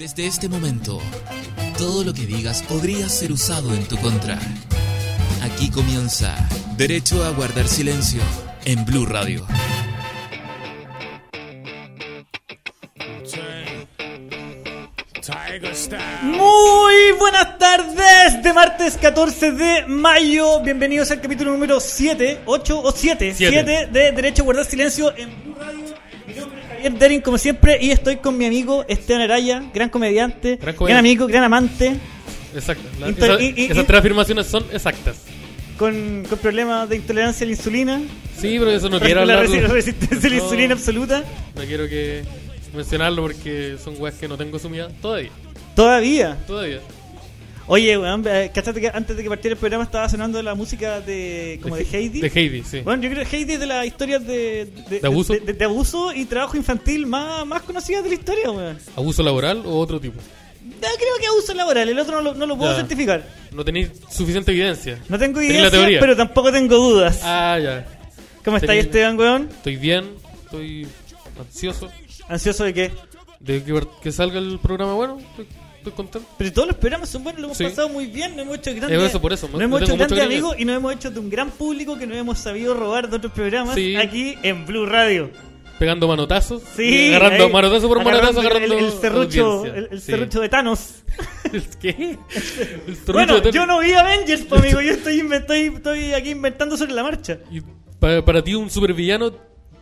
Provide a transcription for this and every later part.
Desde este momento, todo lo que digas podría ser usado en tu contra. Aquí comienza Derecho a guardar silencio en Blue Radio. Muy buenas tardes de martes 14 de mayo. Bienvenidos al capítulo número 7, 8 o 7, Siete. 7 de Derecho a Guardar Silencio en Blue Radio. Mi nombre es Javier Derin, como siempre, y estoy con mi amigo Esteban Araya, gran comediante, gran, Gran comediante. amigo, gran amante, Exacto. La- Inter- esa- y- y- esas y- tres afirmaciones son exactas. con, con problemas de intolerancia a la insulina, Sí, pero eso no con quiero la hablarlo. resi- resistencia a la No, insulina absoluta. No quiero que mencionarlo porque son weas que no tengo sumida todavía. Todavía. Todavía. Oye, weón, eh, ¿cachaste que antes de que partiera el programa estaba sonando la música de como de, He- Heidi? De Heidi, sí. Bueno, yo creo que Heidi es de las historias de, ¿De abuso? de- de abuso y trabajo infantil más, más conocidas de la historia, weón. ¿Abuso laboral o otro tipo? No, creo que abuso laboral, el otro no lo, no lo puedo Ya. certificar. No tenéis suficiente evidencia. No tengo Tenéis idea, la teoría. pero tampoco tengo dudas. Ah, ya. ¿Cómo estáis, tenéis- Esteban, weón? Estoy bien, estoy ansioso ¿Ansioso de qué? de que, que salga el programa bueno. Estoy, estoy contento. Pero todos los programas son buenos, lo hemos Sí. pasado muy bien, nos hemos hecho grandes, eso, por eso, nos me- hemos le hecho tengo mucho grandes cariño. amigos y nos hemos hecho de un gran público que no hemos sabido robar de otros programas Sí. aquí en Blue Radio. Pegando manotazos. Sí, y agarrando ahí, manotazo por manotazo, el- agarrando. el, el serrucho, audiencia. el, el Sí. serrucho de Thanos. ¿El ¿Qué? El serrucho de Bueno, Thanos. yo no vi Avengers, po, amigo. Yo estoy, inven- estoy, estoy aquí inventando sobre la marcha. Y para, para ti un supervillano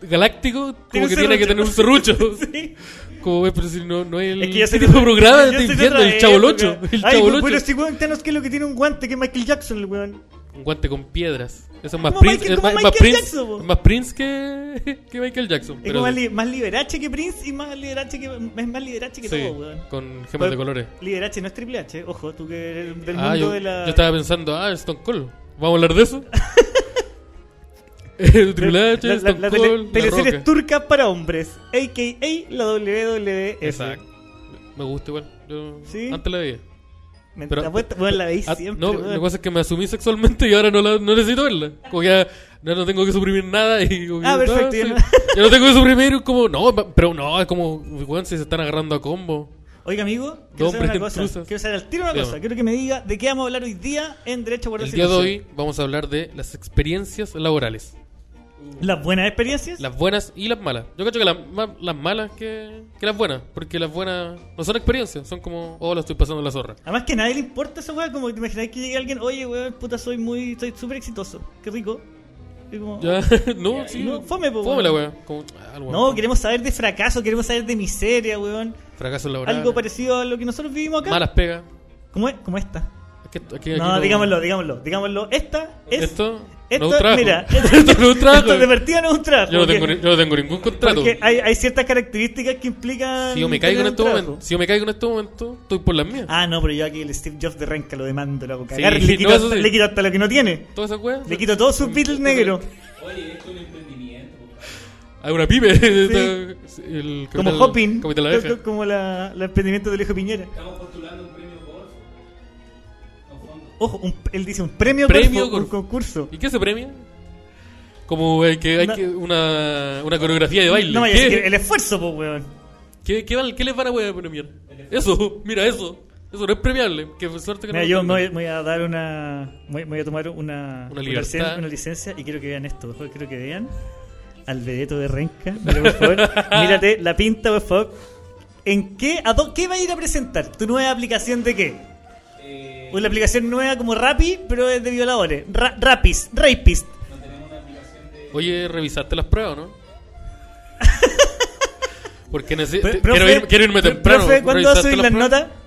galáctico Tiene como un que tiene que tener un serrucho. serrucho. Sí. Como ves, pero si no, no es el este Es que yo soy tipo de programa yo que estoy soy de viendo, otra el chabolocho. época. El Ay, pues, chabolocho. Pero si weón Thanos, ¿qué es lo que tiene un guante que es Michael Jackson, el weón? Un guante con piedras. Eso es más Como Prince, Michael- es como más, más Michael Prince, Jackson, po. es más Prince que, que Michael Jackson. Es pero como más, sí. li- más liberache que Prince y más liberache que, es más liberache que Sí, todo, weón. con gemas Bueno, de colores. Liberace no es Triple H, ojo, tú que eres del Ah, mundo yo, de la. yo estaba pensando, ah, Stone Cold. ¿Vamos a hablar de eso? El Triple H, la, la- Stone la tele- Cold, La teleseries Roca. turcas para hombres, a.k.a. la WWF. Exacto. Me gusta igual. Yo Sí. Antes la veía. Me, Pero- la, puesta- weón, la veis Ah, siempre. no, weón. lo que pasa es que me asumí sexualmente y ahora no, la- no necesito verla. Como que ya ya no tengo que suprimir nada y como que, Ah, perfecto, ya sí. no. Ya no tengo que suprimir como no, pa- pero no, es como weón si se están agarrando a combo. Oiga, amigo, quiero Dos saber una hombres cosa. intrusas. Quiero saber al tiro una Dígame. cosa. Quiero que me diga de qué vamos a hablar hoy día en Derecho a Guardar El día de Silencio. hoy vamos a hablar de las experiencias laborales, ¿Las buenas experiencias? las buenas y las malas. Yo creo que las, ma- las malas que, que las buenas, porque las buenas no son experiencias, son como oh, la estoy pasando la zorra. Además que a nadie le importa esa weá. Como que te imagináis que llegue alguien, oye, weón, puta, soy muy, soy súper exitoso. Qué rico. Y como, Ya, no, sí. no, fome, po, Fome la weón. weá, como, ah, el weón. No, queremos saber de fracaso, queremos saber de miseria, weón. fracaso laboral. Algo parecido a lo que nosotros vivimos acá. Malas pegas. Como, es- como esta. Aquí- aquí- aquí No, digámoslo, digámoslo, digámoslo. Esta es. esto, esto no es un trabajo. mira, esto no es un trabajo. esto de partida no es un trabajo. yo, no tengo, porque- ni- yo no tengo ningún contrato. Porque hay, hay ciertas características que implican. Si yo me caigo en tener este un trabajo. momento, si yo me caigo en este momento, estoy por las mías. Ah, no, pero yo aquí el Steve Jobs de Renca lo demando, lo hago Sí, cagar. sí, le, quito no, eso hasta, sí. le quito hasta lo que no tiene. Todas esas weas. Le quito todo su Beatles negro. Hay una pibe. Está- el Como capital- Hopping. capital de la abeja. co- co- Como la, el emprendimiento del hijo Piñera. Ojo, un- él dice un premio, Premio Golfo, un Golfo. concurso. ¿Y qué se premia? Como eh, que hay No. que una, una coreografía de baile. No, vaya, ¿Qué, así que el esfuerzo, pues, weón. qué- qué val- qué les van a wear premiar? Eso, mira eso. Eso no es premiable. Qué suerte que Mira, no yo lo me voy, premian. me voy a dar una. Me voy- me voy a tomar una, Una libertad. licencia, una licencia y quiero que vean esto. por favor, Quiero que vean al vedeto de Renca. Mira, por favor. Mírate la pinta, por favor. ¿En qué? ¿A dó- ¿Qué va a ir a presentar? ¿Tu nueva aplicación de qué? Una aplicación nueva como Rappi, pero es de violadores. Ra Rapis, Rapist. Eh, Oye, revisaste las pruebas, ¿no? Porque neces- Pero, te- eh, quiero, ir- quiero irme pero, temprano. Profe, ¿cuándo vas a ¿Revisaste subir las pruebas? notas?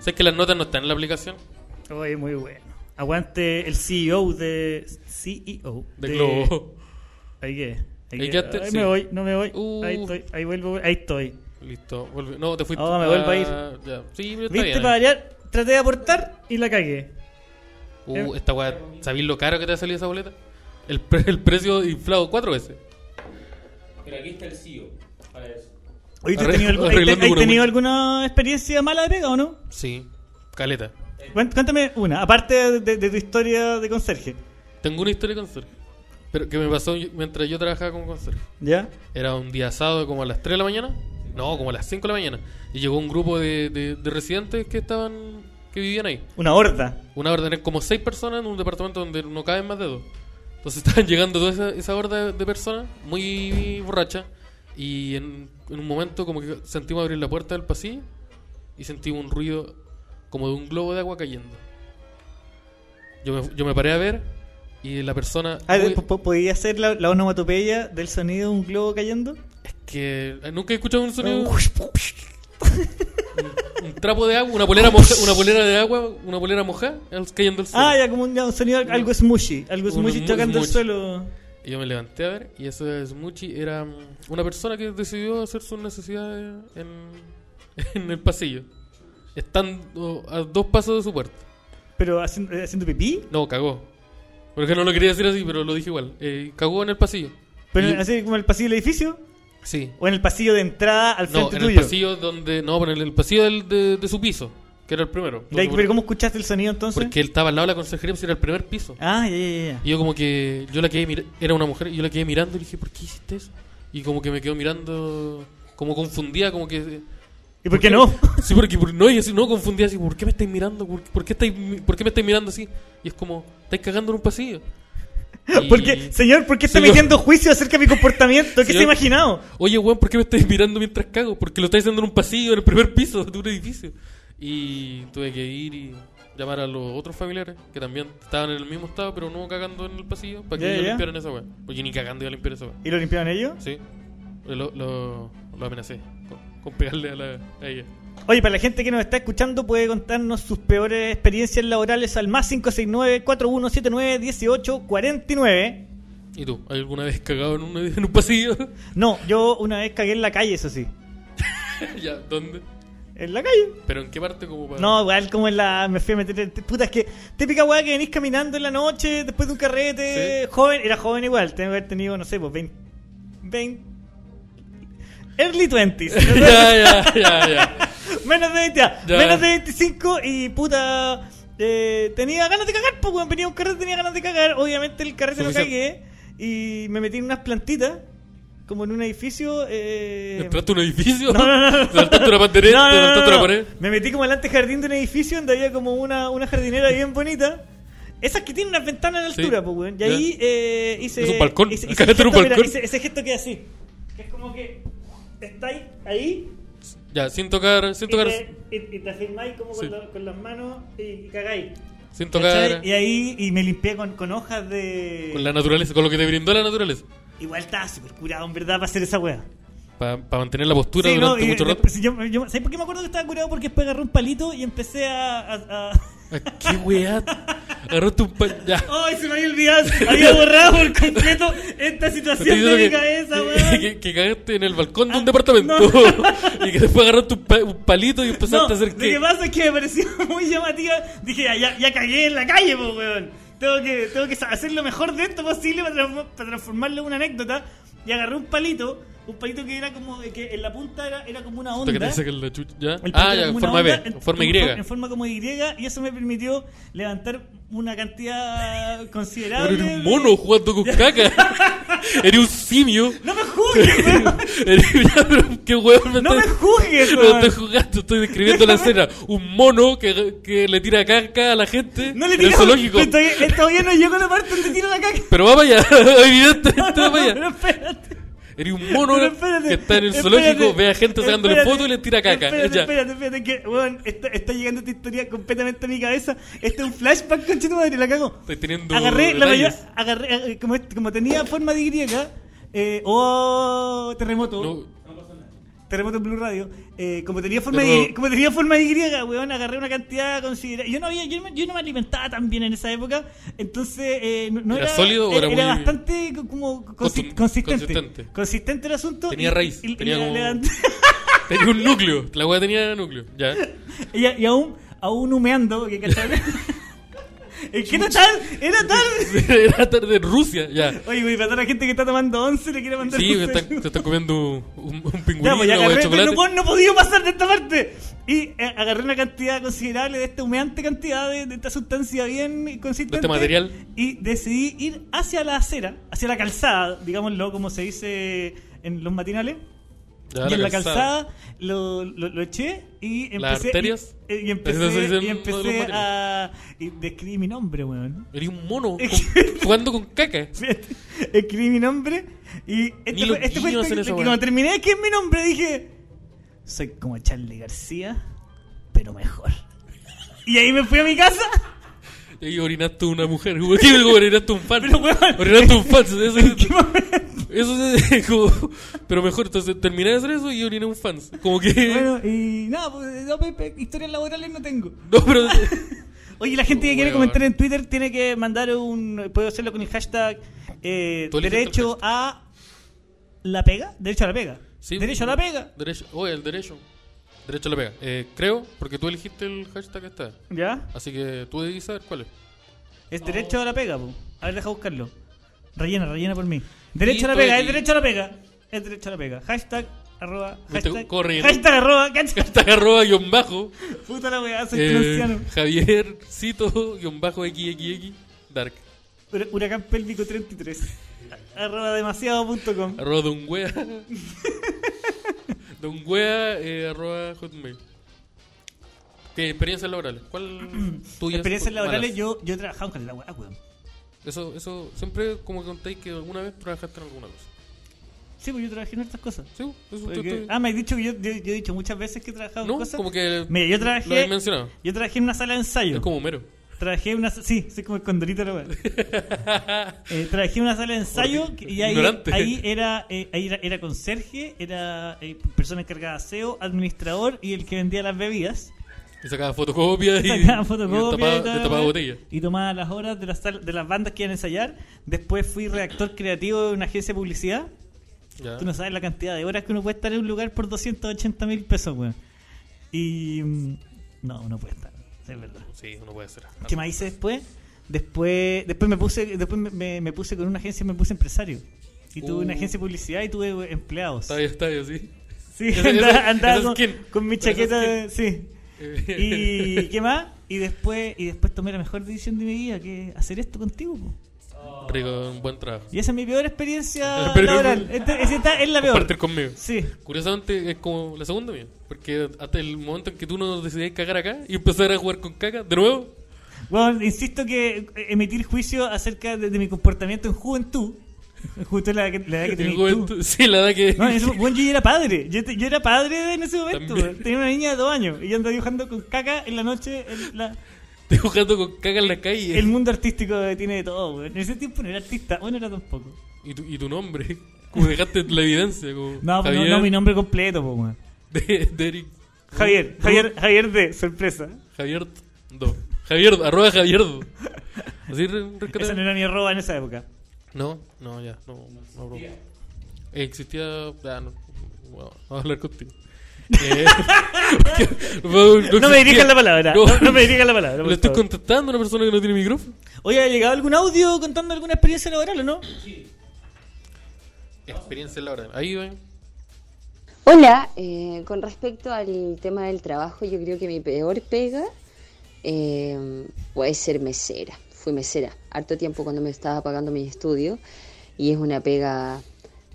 ¿Sabes que las notas no están en la aplicación? Oye, muy bueno. Aguante el CEO de. E CEO De Globo. Ahí quedé. Ahí, Ahí quedé. quedaste, Ay, Eh, sí. me voy, no me voy. Uh. Ahí estoy, ahí vuelvo, ahí estoy. Listo, vuelve. No, te fuiste. Ah, me vuelvo a ir. ya. Sí, pero está ¿Viste bien. para variar? Traté de aportar y la cagué. Uh, esta weá, ¿sabéis lo caro que te ha salido esa boleta? El, pre- el precio inflado cuatro veces. Pero aquí está el CEO para eso. Oye, ¿tú has Arreglo- tenido, algún- ¿hay- arreglando hay una tenido mucha- alguna experiencia mala de pega o no? Sí, caleta. Cuént- Cuéntame una, aparte de, de tu historia de conserje. Tengo una historia con conserje. Pero que me pasó yo- mientras yo trabajaba como conserje. ¿Ya? Era un día sábado como a las 3 de la mañana. No, como a las 5 de la mañana. Y llegó un grupo de, de- de residentes que estaban. que vivían ahí. Una horda. Una horda, eran como 6 personas en un departamento donde no caben más de dos. Entonces estaban llegando toda esa, esa horda de personas, muy borracha. Y en, en un momento, como que sentimos abrir la puerta del pasillo y sentimos un ruido como de un globo de agua cayendo. Yo me, yo me paré a ver y la persona. Ah, muy- po- po- ¿Podía hacer la, la onomatopeya del sonido de un globo cayendo? que eh, nunca he escuchado un sonido. un trapo de agua, una polera moja, una polera de agua, una polera mojada, al- cayendo al suelo. Ah, ya, como un, ya, un sonido, algo smushy. Algo Un smushy mu- chocando el smushy. suelo. Y yo me levanté a ver, y eso de Smuchi era mm, una persona que decidió hacer sus necesidades en, en el pasillo, estando a dos pasos de su puerta. Pero haciendo, eh, haciendo pipí. No, cagó. Porque no lo quería decir así, pero lo dije igual. Eh, cagó en el pasillo. Pero Y- así como en el pasillo del edificio. Sí. O en el pasillo de entrada al No, frente en el tuyo. pasillo donde. No, pero en el pasillo del- de, de su piso, que era el primero. Like, pero ¿cómo escuchaste el sonido entonces? Porque él estaba al lado de la consejería, pues era el primer piso. Ah, ya, ya, ya. Y yo como que, yo la quedé mira- era una mujer, y yo la quedé mirando y le dije, ¿por qué hiciste eso? Y como que me quedó mirando, como confundida, como que... ¿Y por qué no? Sí, porque por- no, y así, no, confundida, así, ¿por qué me estáis mirando? ¿Por, por qué estáis, mi- por qué me estáis mirando así? Y es como, estáis cagando en un pasillo. Y- Porque, señor, ¿por qué está Señor. metiendo juicio acerca de mi comportamiento? ¿Qué se ha Señor. imaginado? Oye, weón, ¿por qué me estáis mirando mientras cago? Porque lo estáis haciendo en un pasillo, en el primer piso de un edificio. Y tuve que ir y llamar a los otros familiares, que también estaban en el mismo estado, pero no cagando en el pasillo, para que Ya, ellos ya. limpiaran esa weá. Porque ni cagando iba a limpiar esa weá. ¿Y lo limpiaron ellos? Sí. Lo, lo, lo amenacé con, con pegarle a, la, a ella. Oye, para la gente que nos está escuchando, puede contarnos sus peores experiencias laborales al más 569-4179-1849. ¿Y tú? ¿Hay ¿Alguna vez cagado en un, en un pasillo? No, yo una vez cagué en la calle, eso sí. ya, ¿dónde? ¿En la calle? ¿Pero en qué parte? Como para... No, igual como en la... Me fui a meter... Puta, es que típica weá que venís caminando en la noche después de un carrete. Joven, era joven igual. Tengo que haber tenido, no sé, pues 20... 20 early 20s. ya, ya, ya, ya. Menos de 20, ah, Ya. menos de 25 y puta. eh, tenía ganas de cagar, pues weón. Venía a un carrete, tenía ganas de cagar. Obviamente el carrete lo Suficiente. cagué y me metí en unas plantitas, como en un edificio. Eh, ¿Entraste a un edificio? No, no, no, no. ¿Saltaste una pandereta? No, no, no, ¿Saltaste no, una no. pared? Me metí como al antejardín de un edificio donde había como una, una jardinera bien bonita. Esas que tienen unas ventanas a la Sí. altura, pues, weón. Y Ya. ahí eh, hice. Es un balcón. hice- hice Acá ese dentro de un gesto, mira, balcón. hice- ese gesto que es así. Que es como que. Estáis ahí Ya, sin tocar, sin y tocar, te, y- y te afirmáis como Sí. con, la- con las manos y, y cagáis. sin tocar ¿Cachai? Y ahí y me limpié con, con hojas de. con la naturaleza, con lo que te brindó la naturaleza. Igual estaba súper curado, en verdad, para hacer esa wea. Para mantener la postura Sí, durante no, y mucho rato. después yo- yo- ¿Sabes por qué me acuerdo que estaba curado? Porque después agarré un palito y empecé a. a- a- Ah, ¿Qué weá? Agarraste un pan... Ya. ¡Ay, se me había olvidado! Había borrado por completo esta situación de mi cabeza, que, weón. que- que cagaste en el balcón de un Ah, departamento. no. y que después agarraste un, pa- un palito y empezaste No, a hacer lo que que. pasa es que me pareció muy llamativa. Dije, ya, ya, ya cagué en la calle, po, weón. Tengo que, tengo que sa- hacer lo mejor de esto posible para, transform- para transformarlo en una anécdota. Y agarré un palito, un palito que era como, que en la punta era, era como una Puta, que onda. te sacan la chucha. ¿Ya? El palito Ah, era ya, como en una forma onda, B, en- en forma en Y. for- En forma como Y, y eso me permitió levantar una cantidad considerable. Eres un de- mono jugando con caca. Eres un simio. ¡No me juzgues, weón! Eres- ya, pero qué weón me ¡No me estás- juzgues, no weón! estoy jugando, estoy describiendo la escena. Un mono que, que le tira caca a la gente No le en el tiras. zoológico. pero Todavía, todavía no llego a la parte donde tiro la caca. Pero va para allá, evidentemente va para Pero allá. espérate. Eres un mono Pero espérate, que está en el espérate, zoológico, ve a gente sacándole espérate, fotos y le tira caca. Espérate, Ya. espérate, espérate, que, weón, está, está llegando esta historia completamente a mi cabeza. Este es un flashback, concha tu madre, la cago. Estoy teniendo. Agarré la mayor, detalles. agarré, eh, como, como tenía forma de Y, eh, oh, terremoto. No, Terremoto en Blue Radio. Eh, como, tenía forma De de, nuevo. como tenía forma de Y, weón, agarré una cantidad considerable. Yo no, había, yo, no me- yo no me alimentaba tan bien en esa época. Entonces, eh, no, no ¿Era sólido o era muy- bastante co- como consi- Contun- consistente. consistente. consistente. el asunto. Tenía raíz, tenía le- como- levanté- tenía un núcleo. La weá tenía núcleo. Ya. y, y aún, aún humeando. Que, ¿cachai? es que era tarde. Era tarde. Era tarde en Rusia. Ya. Oye, güey, para toda la gente que está tomando once, le quiere mandar Sí, un me están- saludo. te están comiendo un, un pingüino, Ya, pues ya una weá de agarré, pero chocolate. no, no podía pasar de esta parte. Y eh, agarré una cantidad considerable de esta humeante cantidad de, de esta sustancia bien consistente. De este material. Y decidí ir hacia la acera, hacia la calzada, digámoslo como se dice en los matinales. Ya, y la en la calzada. calzada lo, lo- lo eché y empecé. ¿Las arterias? Y, y Eso se dice empecé, y en uno de los empecé materiales. a. y describí mi nombre, weón. Eres un mono con- jugando con caca. Fíjate, Escribí mi nombre y Ni este los fue, este fue el- niños hacen esa que weá. cuando terminé de escribir mi nombre dije soy como Charlie García pero mejor y ahí me fui a mi casa Y ahí orinaste a una mujer. Como, tío, como orinaste a un fan. Pero, weón. orinaste a un fan. Eso, ¿Qué eso, momento? es como- Pero mejor, entonces terminé de hacer eso y oriné a un fan. Como que. bueno y nada pues, no, pe- pe- historias laborales no tengo No, pero. oye la gente que quiere Weón. comentar en Twitter tiene que mandar un puedo hacerlo con el hashtag eh, Tú elegiste el derecho hashtag. a la pega derecho a la pega Sí, derecho a la pega Derecho. Oye, el derecho. Derecho a la pega. Eh, creo, porque tú elegiste el hashtag está. ya Así que tú debes saber cuál es. Es Este, derecho a la pega, po. A ver, deja buscarlo. Rellena, rellena por mí. Derecho a la Listo, pega, y- es derecho a la pega. Es derecho a la pega. Hashtag, arroba, Viste, hashtag. corriendo. Hashtag, arroba, cacha. Está arroba guión bajo. Puta la weá, soy Eh, pronunciano. Javiercito guión bajo XXX Dark. Hur- Huracán pélvico 33. A- Arroba demasiado.com. Arroba Don Wea. Don Wea, eh, arroba Hotmail. ¿Qué experiencias laborales? ¿Cuál tuya? Experiencias laborales, yo, yo he trabajado con la weá, weón. Eso, eso, siempre como que contáis que alguna vez trabajaste en alguna cosa. Sí, pues yo trabajé en estas cosas. ¿Sí? Eso Porque- tú- tú- Ah, me has dicho que yo, yo- yo he dicho muchas veces que he trabajado No, en cosas. como que Mira, yo lo habéis trabajé, mencionado. yo trabajé en una sala de ensayo. Es como mero. Trabajé en una. Sí, soy como el condorito de la weá. Eh, trabajé en una sala de ensayo que- y ahí, Ignorante. ahí era, eh, ahí era, era conserje, era eh, persona encargada de aseo, administrador y el que vendía las bebidas. Y sacaba fotocopias y, Sacaba y fotocopias tapaba, y ¿eh? toda te la tapaba weá, botellas. y tomaba las horas de las, sal- de las bandas que iban a ensayar. Después fui redactor creativo de una agencia de publicidad. Ya. Tú no sabes la cantidad de horas que uno puede estar en un lugar por 280 mil pesos, weón. Y. mm, No, uno puede estar, es verdad. Sí, uno puede hacer. ¿Qué más hice después? Después, después me puse, después me, me- me puse con una agencia, me puse empresario. Y tuve Uh. una agencia de publicidad y tuve empleados. Está bien, está bien, sí. Sí, Ese- ese- andaba, andaba ese con, skin. con mi Ese chaqueta de- sí. Eh, ¿Y qué más? Y después, y después tomé la mejor decisión de mi vida, que es hacer esto contigo. po. Rico, un buen trabajo. Y esa es mi peor experiencia Pero- laboral. Esta, esta es la Compartir peor. conmigo. Sí. Curiosamente es como la segunda mía, porque hasta el momento en que tú no decidías cagar acá y empezar a jugar con caca, de nuevo, Bueno, insisto que eh, emitir juicio acerca de, de mi comportamiento en juventud, justo la, que- la edad que en tenías tú. juventud- sí, la edad que... No, en ese- bueno, yo ya era padre. Yo, te- yo era padre en ese momento. También. weón. Tenía una niña de dos años y yo andaba dibujando con caca en la noche. en la- Estoy jugando con caca en la calle. el mundo artístico tiene de todo. weón. En ese tiempo no era artista. Bueno, era tampoco. ¿Y, tu, y tu nombre, como dejaste la evidencia, como No, pues no, Javier no, mi nombre completo, po, weón. de, de Eric. Javier, Javier, Javier de sorpresa. Javier, do. Javier, arroba Javier. do. Así re- rescatar- Esa no era ni arroba en esa época. No, no, ya, no, no hablo. Eh, Existía. Ah, no. Bueno, vamos a hablar contigo. Eh, no, No me existía. dirijan la palabra. No. No, no me dirijan la palabra. por Le estoy favor. contestando a una persona que no tiene micrófono. Oye, ¿ha llegado algún audio contando alguna experiencia laboral o no? Experiencia laboral. Ahí ven. Hola, eh, con respecto al tema del trabajo, yo creo que mi peor pega eh, puede ser mesera. Fui mesera harto tiempo cuando me estaba pagando mis estudios y es una pega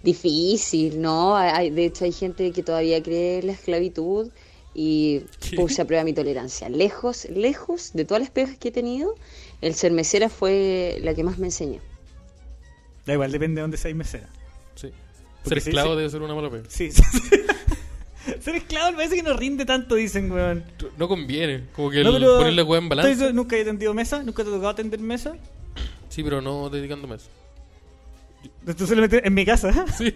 difícil, ¿no? Hay- hay- de hecho, hay gente que todavía cree en la esclavitud y ¿Qué? puse a prueba mi tolerancia. Lejos, lejos de todas las pegas que he tenido, el ser mesera fue la que más me enseñó. Da igual, depende de dónde seáis mesera. Sí. Ser Porque sí, esclavo sí. debe ser una mala pega. Sí. sí, sí. Ser esclavo parece que no rinde tanto, dicen, weón. No conviene. Como que No, el pero- poner la weá en balance. Entonces, ¿Nunca he tendido mesa? ¿Nunca te ha tocado atender mesa? Sí, pero no dedicándome a eso. Tú solamente en mi casa. Sí.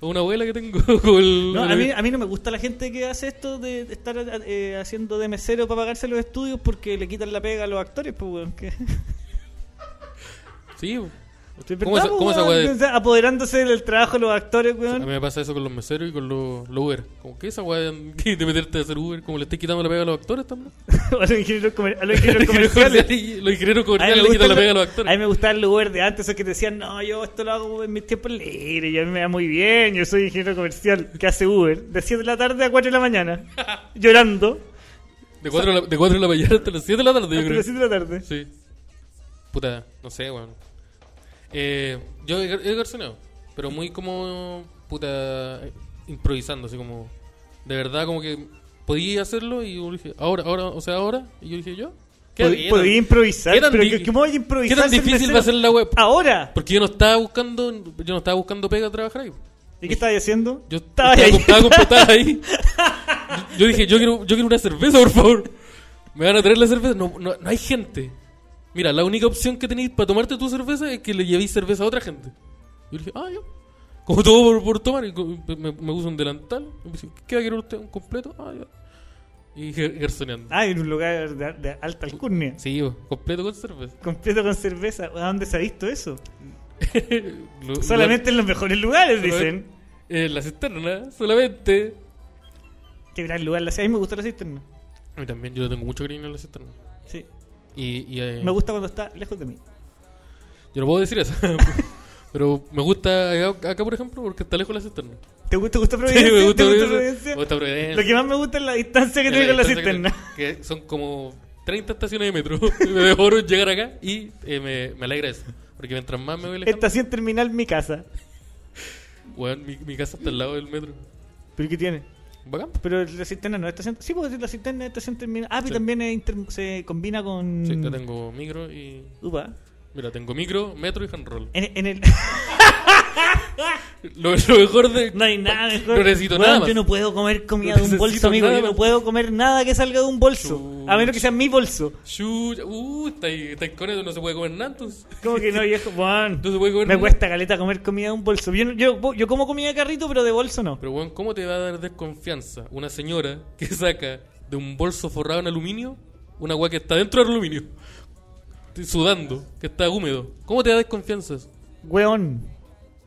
Una abuela que tengo con el. No, a, mí, a mí no me gusta la gente que hace esto de estar eh, haciendo de mesero para pagarse los estudios porque le quitan la pega a los actores, pues, weón. que- Sí. ¿Verdad, ¿Cómo esa, pues, cómo esa weón? weá de- O sea, Apoderándose del trabajo de los actores, A mí weón. me pasa eso con los meseros y con los, los Uber. Como que esa weá de, que de meterte a hacer Uber, como le estoy quitando la pega a los actores también. A los ingenieros comer- a los Los ingenieros ingenieros comerciales. comerciales- los ingenieros A mí comerciales me le gusta quitan la lo- pega a los a mí actores. me gustaba el lugar de antes, esos que te decían, no, yo esto lo hago en mis tiempos libres, y a mí me da muy bien, yo soy ingeniero comercial que hace Uber, de 7 de la tarde a 4 de la mañana, llorando, De 4 de la, de cuatro de la mañana hasta las 7 de la tarde, yo hasta creo. las 7 de la tarde. Sí. Puta, no sé, weón. Eh, yo he, gar- he garzoneado, pero muy como. Puta. improvisando, así como. De verdad, como que podía hacerlo y yo dije, ahora, ahora, o sea, ahora. Y yo dije, ¿yo? Pod- bien. Podía improvisar, ¿Qué tan pero di- que- ¿cómo voy a ¿Qué improvisar? tan si el difícil mesero- va a ser la web? Ahora. Porque yo no estaba buscando, yo no estaba buscando pega a trabajar ahí. ¿Y qué estabas haciendo? Yo estaba estaba, ahí. estaba con patadas ahí. Yo dije, yo quiero, yo quiero una cerveza, por favor. Me van a traer la cerveza. No, no, no hay gente. Mira, la única opción que tenéis para tomarte tu cerveza es que le llevéis cerveza a otra gente. Yo dije, ah, yo. Como todo por, por tomar, y co- me, me puse un delantal. Y me dice, ¿Qué va a querer usted? ¿Un completo? Ah, ya. Y ger- gersoneando. Ah, en un lugar de, de alta alcurnia. Sí, bo, completo con cerveza. Completo con cerveza. ¿A dónde se ha visto eso? Lo- lo- Solamente en los mejores lugares, Solamente- dicen. eh, la cisterna, solamente. Qué gran lugar. La... A mí me gusta la cisterna. A mí también, yo le tengo mucho cariño a la cisterna. Sí. Y, y, eh, Me gusta cuando está lejos de mí. Yo no puedo decir eso. pero me gusta acá, acá, por ejemplo, porque está lejos la cisterna. ¿Te gusta, te gusta Sí, Providencia? me gusta ¿Te gusta Providencia. Me gusta Providencia. Lo que más me gusta es la distancia que Es tiene con la distancia que- cisterna. Que son como 30 estaciones de metro. Y me devoro en llegar acá y eh, me, me alegra eso. Porque mientras más me voy alejando, Estación terminal, mi casa. Eh, weón, mi, mi casa está al lado del metro. ¿Pero qué tiene? Bacán. Pero la cisterna no es estación. Sí, porque la cisterna es estación terminal. Ah, pero Sí. también es inter- se combina con. Sí, yo tengo micro y... Upa. Mira, tengo micro, metro y handroll. En, en el. Lo, lo mejor de... No hay nada mejor. No necesito Weón, nada más. Yo no puedo comer comida de un necesito bolso, amigo. nada Yo no más. puedo comer nada que salga de un bolso. Chuch. A menos que sea mi bolso. Chucha, uh, está ahí, está ahí con eso, no se puede comer nada, entonces. Como que no, viejo. Juan, No se puede comer me nada. cuesta caleta comer comida de un bolso. Yo, no- yo, yo como comida de carrito, pero de bolso no. Pero, weón, ¿cómo te va a dar desconfianza una señora que saca de un bolso forrado en aluminio una weá que está dentro del aluminio? Estoy sudando, que está húmedo. ¿Cómo te da desconfianza? eso? Weón.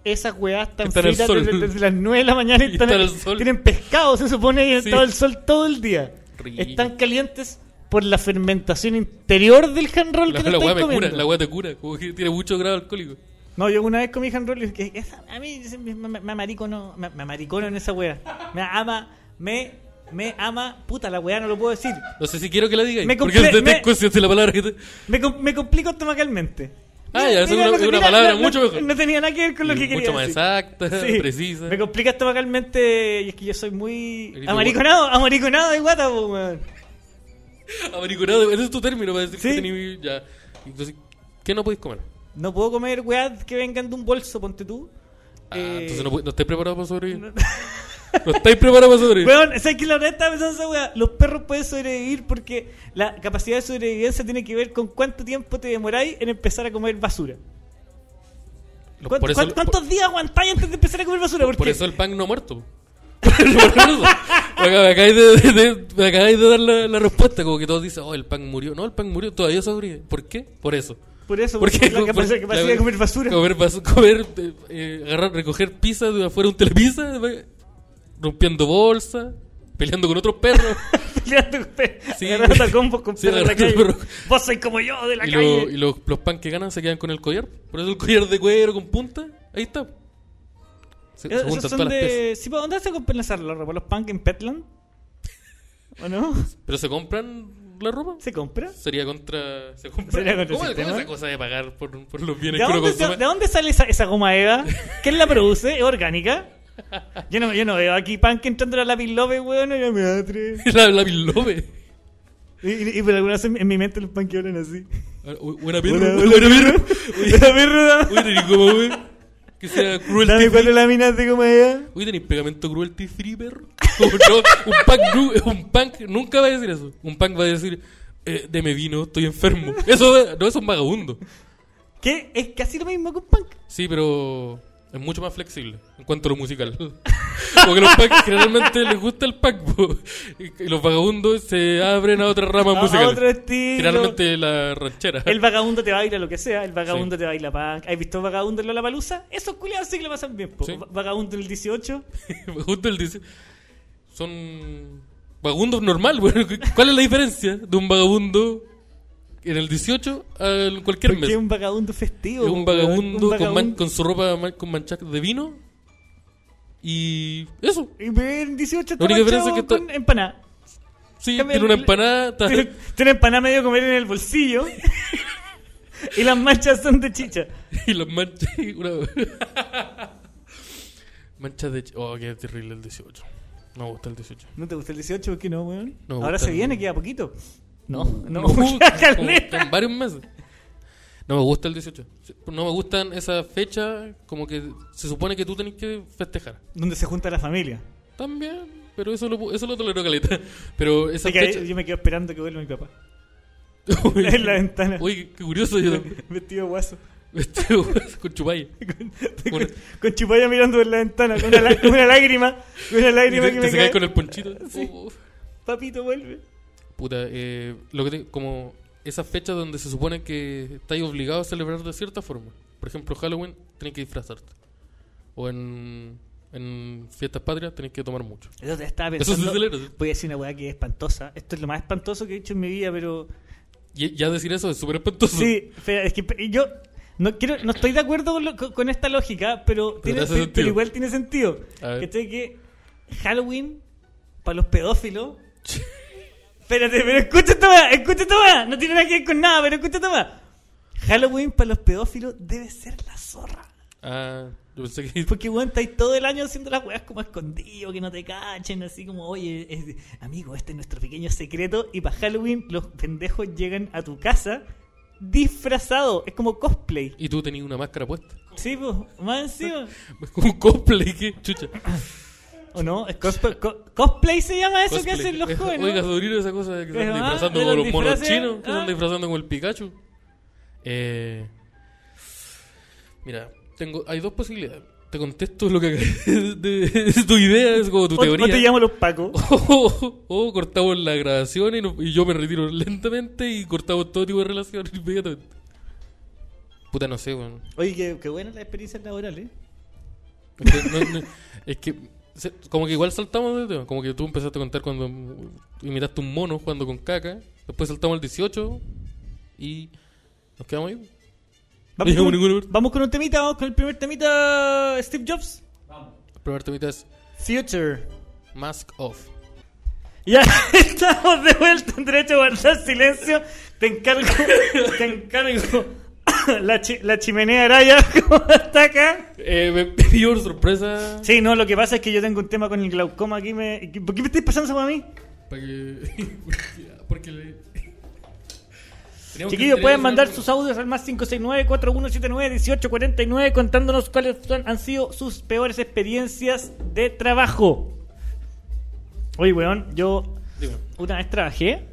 Esas weas están Están al fritas sol. desde, desde las 9 de la mañana y Y están, están al sol. tienen pescado, se supone, y han Sí. estado al sol todo el día. Rico. Están calientes por la fermentación interior del hand roll La, que te la estáis weá me comiendo. cura, la weá te cura, como que tiene mucho grado alcohólico. No, yo una vez comí hand roll y dije, esa- a mí ese- me, me- me amaricono, me, me amaricono en esa wea. Me ama, me, me ama, puta la wea, no lo puedo decir. No sé si quiero que la digáis, Me porque comple- te me- te consciente de la palabra que te... Me, com- me complico estomacalmente. Ah, ya, eso es Mira, una, no- es una mira, palabra no- mucho no- mejor. No tenía nada que ver con lo que quería mucho más decir. exacta, Sí. precisa. Me complica estomacalmente y es que yo soy muy Eres amariconado, amariconado de guata, po, weón. Averiguado, ese es tu término para decir Sí. que tenéis... Ya. Entonces, ¿qué no podéis comer? No puedo comer weas que vengan de un bolso, ponte tú. Ah, Eh, entonces no, podéis- no estáis preparados para sobrevivir. No estáis preparados para sobrevivir. Weón, ¿sabes que la verdad estaba pensando esa wea? Los perros pueden sobrevivir porque la capacidad de sobrevivencia tiene que ver con cuánto tiempo te demoráis en empezar a comer basura. Lo- ¿Cuánto- por eso- cuánto- ¿Cuántos días aguantáis antes de empezar a comer basura? Porque Por eso el pan no ha muerto. Por eso. Me acabáis de, de- de- me acabáis de dar la, la respuesta, como que todos dicen, oh, el pan murió. No, el pan murió, todavía sobrevive. ¿Por qué? Por eso. por eso, ¿Por porque qué? la capacidad, capacidad de comer basura. Comer, basu- comer, eh, eh, agarrar, recoger pizza de afuera de un telepizza, eh, rompiendo bolsa, peleando con otros perros. Peleando con pe- Sí. agarrando a combos con Sí, perros de la calle. agarrando perros. Vos sois como yo de la y lo- calle. y los, los pan que ganan se quedan con el collar. Por eso el collar de cuero con punta, ahí está. Se, se Eh, juntan Esos todas son las piezas. de... Sí, ¿pa- ¿Dónde se compran las la ropa? ¿Los punk en Petland? ¿O no? Pero se compran la ropa. ¿Se compra? Sería contra. Se compra. Sería contra el ¿Cómo, sistema? cómo esa cosa de pagar por, por los ¿De bienes que uno dónde, se- consume? de dónde sale esa, esa goma Eva? ¿Quién la produce? ¿Es orgánica? Yo no, yo no veo aquí punk entrando a la Love, weón, y yo me atre. La, la bilobe. Y, y- y por alguna razón en mi mente los punk hablan así. Buena Hola, perra. hola, Buena perra. perro. Hola, perro, dame- Uy, tenés como, wey. Que sea cruelty Dame cuatro free. láminas de goma Eva. Uy, tenés pegamento cruelty free, perro. Como no, un punk, nu- un punk nunca va a decir eso. Un punk va a decir. Eh, deme vino, estoy enfermo. Eso va- no, eso es un vagabundo. Que es casi lo mismo que un punk. Sí, pero es mucho más flexible en cuanto a lo musical. Porque los packs generalmente les gusta el pack. po. Y los vagabundos se abren a otras ramas A- a musicales. otro estilo. Generalmente la ranchera. El vagabundo te baila lo que sea, el vagabundo Sí. te baila punk. ¿Has visto vagabundo en Lollapalooza? Esos culiados sí que lo pasan bien, po. Sí. Vagabundo en el 18. Justo él dice. Son vagabundos normal. bueno, ¿Cuál es la diferencia de un vagabundo en el 18 a cualquier Porque mes? es un vagabundo festivo. Es un vagabundo, un Con, man- vagabundo- con su ropa man- con manchas de vino. Y eso. Y ve en 18 La única está diferencia es que manchado está- con empanada. Sí, Cambia tiene una el- empanada. está- Tiene tiene empanada medio comer en el bolsillo. y las manchas son de chicha. Y los manchas. una- Manchas de... ch- Oh, qué terrible el 18. No me gusta el 18. ¿No te gusta el 18? ¿Por qué no, weón? No me Ahora gusta se el- viene, queda poquito. No, no, me gusta, caleta. como en varios meses. No me gusta el 18. No me gustan esas fechas como que se supone que tú tenés que festejar. Donde se junta la familia. También, pero eso lo, pu- eso lo tolero caleta. Pero esa Me quedé- fecha... yo me quedo esperando que vuelva mi papá. en la ventana. Uy, qué curioso yo también. Vestido guaso. Este, weón, con chupalla. Con, Bueno. con- con Chupaya mirando por la ventana, con una, lá- con una lágrima. Con una Y lágrima te, que te me sacas cae. con el ponchito. Sí. Oh, Papito, vuelve. puta, eh, lo que te- como esas fechas donde se supone que estáis obligados a celebrar de cierta forma. Por ejemplo, Halloween tenés que disfrazarte. O en, en fiestas patrias tenés que tomar mucho. Yo te estaba Eso se pensando. celebra, sí. voy a decir una weá que es espantosa. Esto es lo más espantoso que he hecho en mi vida, pero. Y- ya decir eso es súper espantoso. Sí, fe- es que pe- yo no quiero, no estoy de acuerdo con, lo- con- con esta lógica, pero, tiene- hace pe- sentido. pero igual tiene sentido. A ver. ¿Cachai? Que Halloween para los pedófilos. Espérate, pero escucha esta weá, escucha esta weá. No tiene nada que ver con nada, pero escucha esta weá. Halloween para los pedófilos debe ser la zorra. Ah, yo pensé que... Porque, weón, estáis todo el año haciendo las weas como escondido, que no te cachen, así como, oye, es- amigo, este es nuestro pequeño secreto. Y para Halloween, los pendejos llegan a tu casa disfrazados. Es como cosplay. Y tú tenías una máscara puesta. Sí, pues, más encima. Un cosplay, que chucha. ¿O no? Es cosplay, co- cosplay se llama eso Cosplay. que hacen los Es- jóvenes. Oiga, ¿no? sobrino, esa cosa de que se Pero, andan ah, disfrazando de como los los monos disfraces, chinos, que se ah. andan disfrazando como el Pikachu. Eh, mira, tengo, hay dos posibilidades. Te contesto lo que de, de tu idea, es como tu O- teoría. O te llamo los pacos. o, o cortamos la grabación y, no- y yo me retiro lentamente y cortamos todo tipo de relación inmediatamente. Puta, no sé, weón. Oye, qué, qué buena la experiencia laboral, ¿eh? Es que, no- no- es que se- como que igual saltamos de tema. Como que tú empezaste a contar cuando imitaste un mono jugando con caca. Después saltamos al 18 y nos quedamos ahí. No Vamos, con, llegamos a ninguna parte. vamos con un temita, vamos con el primer temita, Steve Jobs. El primer temita es Future. Mask Off. Ya estamos de vuelta en derecho a guardar silencio. Te encargo, te encargo la, chi- la chimenea araya como está acá. Eh, me pidió una sorpresa. Sí, no, lo que pasa es que yo tengo un tema con el glaucoma aquí. Me, ¿Por qué me estáis pasando eso para mí? Para que. porque- Porque le. Teníamos que- Chiquillos, pueden teníamos mandar que- sus audios al más 569-4179-1849 contándonos cuáles son- han sido sus peores experiencias de trabajo. Oye, weón, yo Dime. una vez trabajé.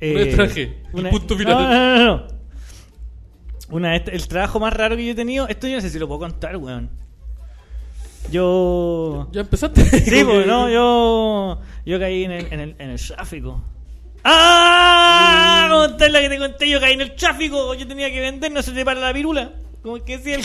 eh, Una vez trabajé. El punto final. No, no, no, no. Una vez- el trabajo más raro que yo he tenido. Esto yo no sé si lo puedo contar, weón. Yo. Ya empezaste. Sí, Como pues, que- no, yo, yo caí en el, en el, en el tráfico. Mm. ¡Ah! ¿Cómo está la que te conté? Yo caí en el tráfico. Yo tenía que vender, no se te para la pirula. Como es que decía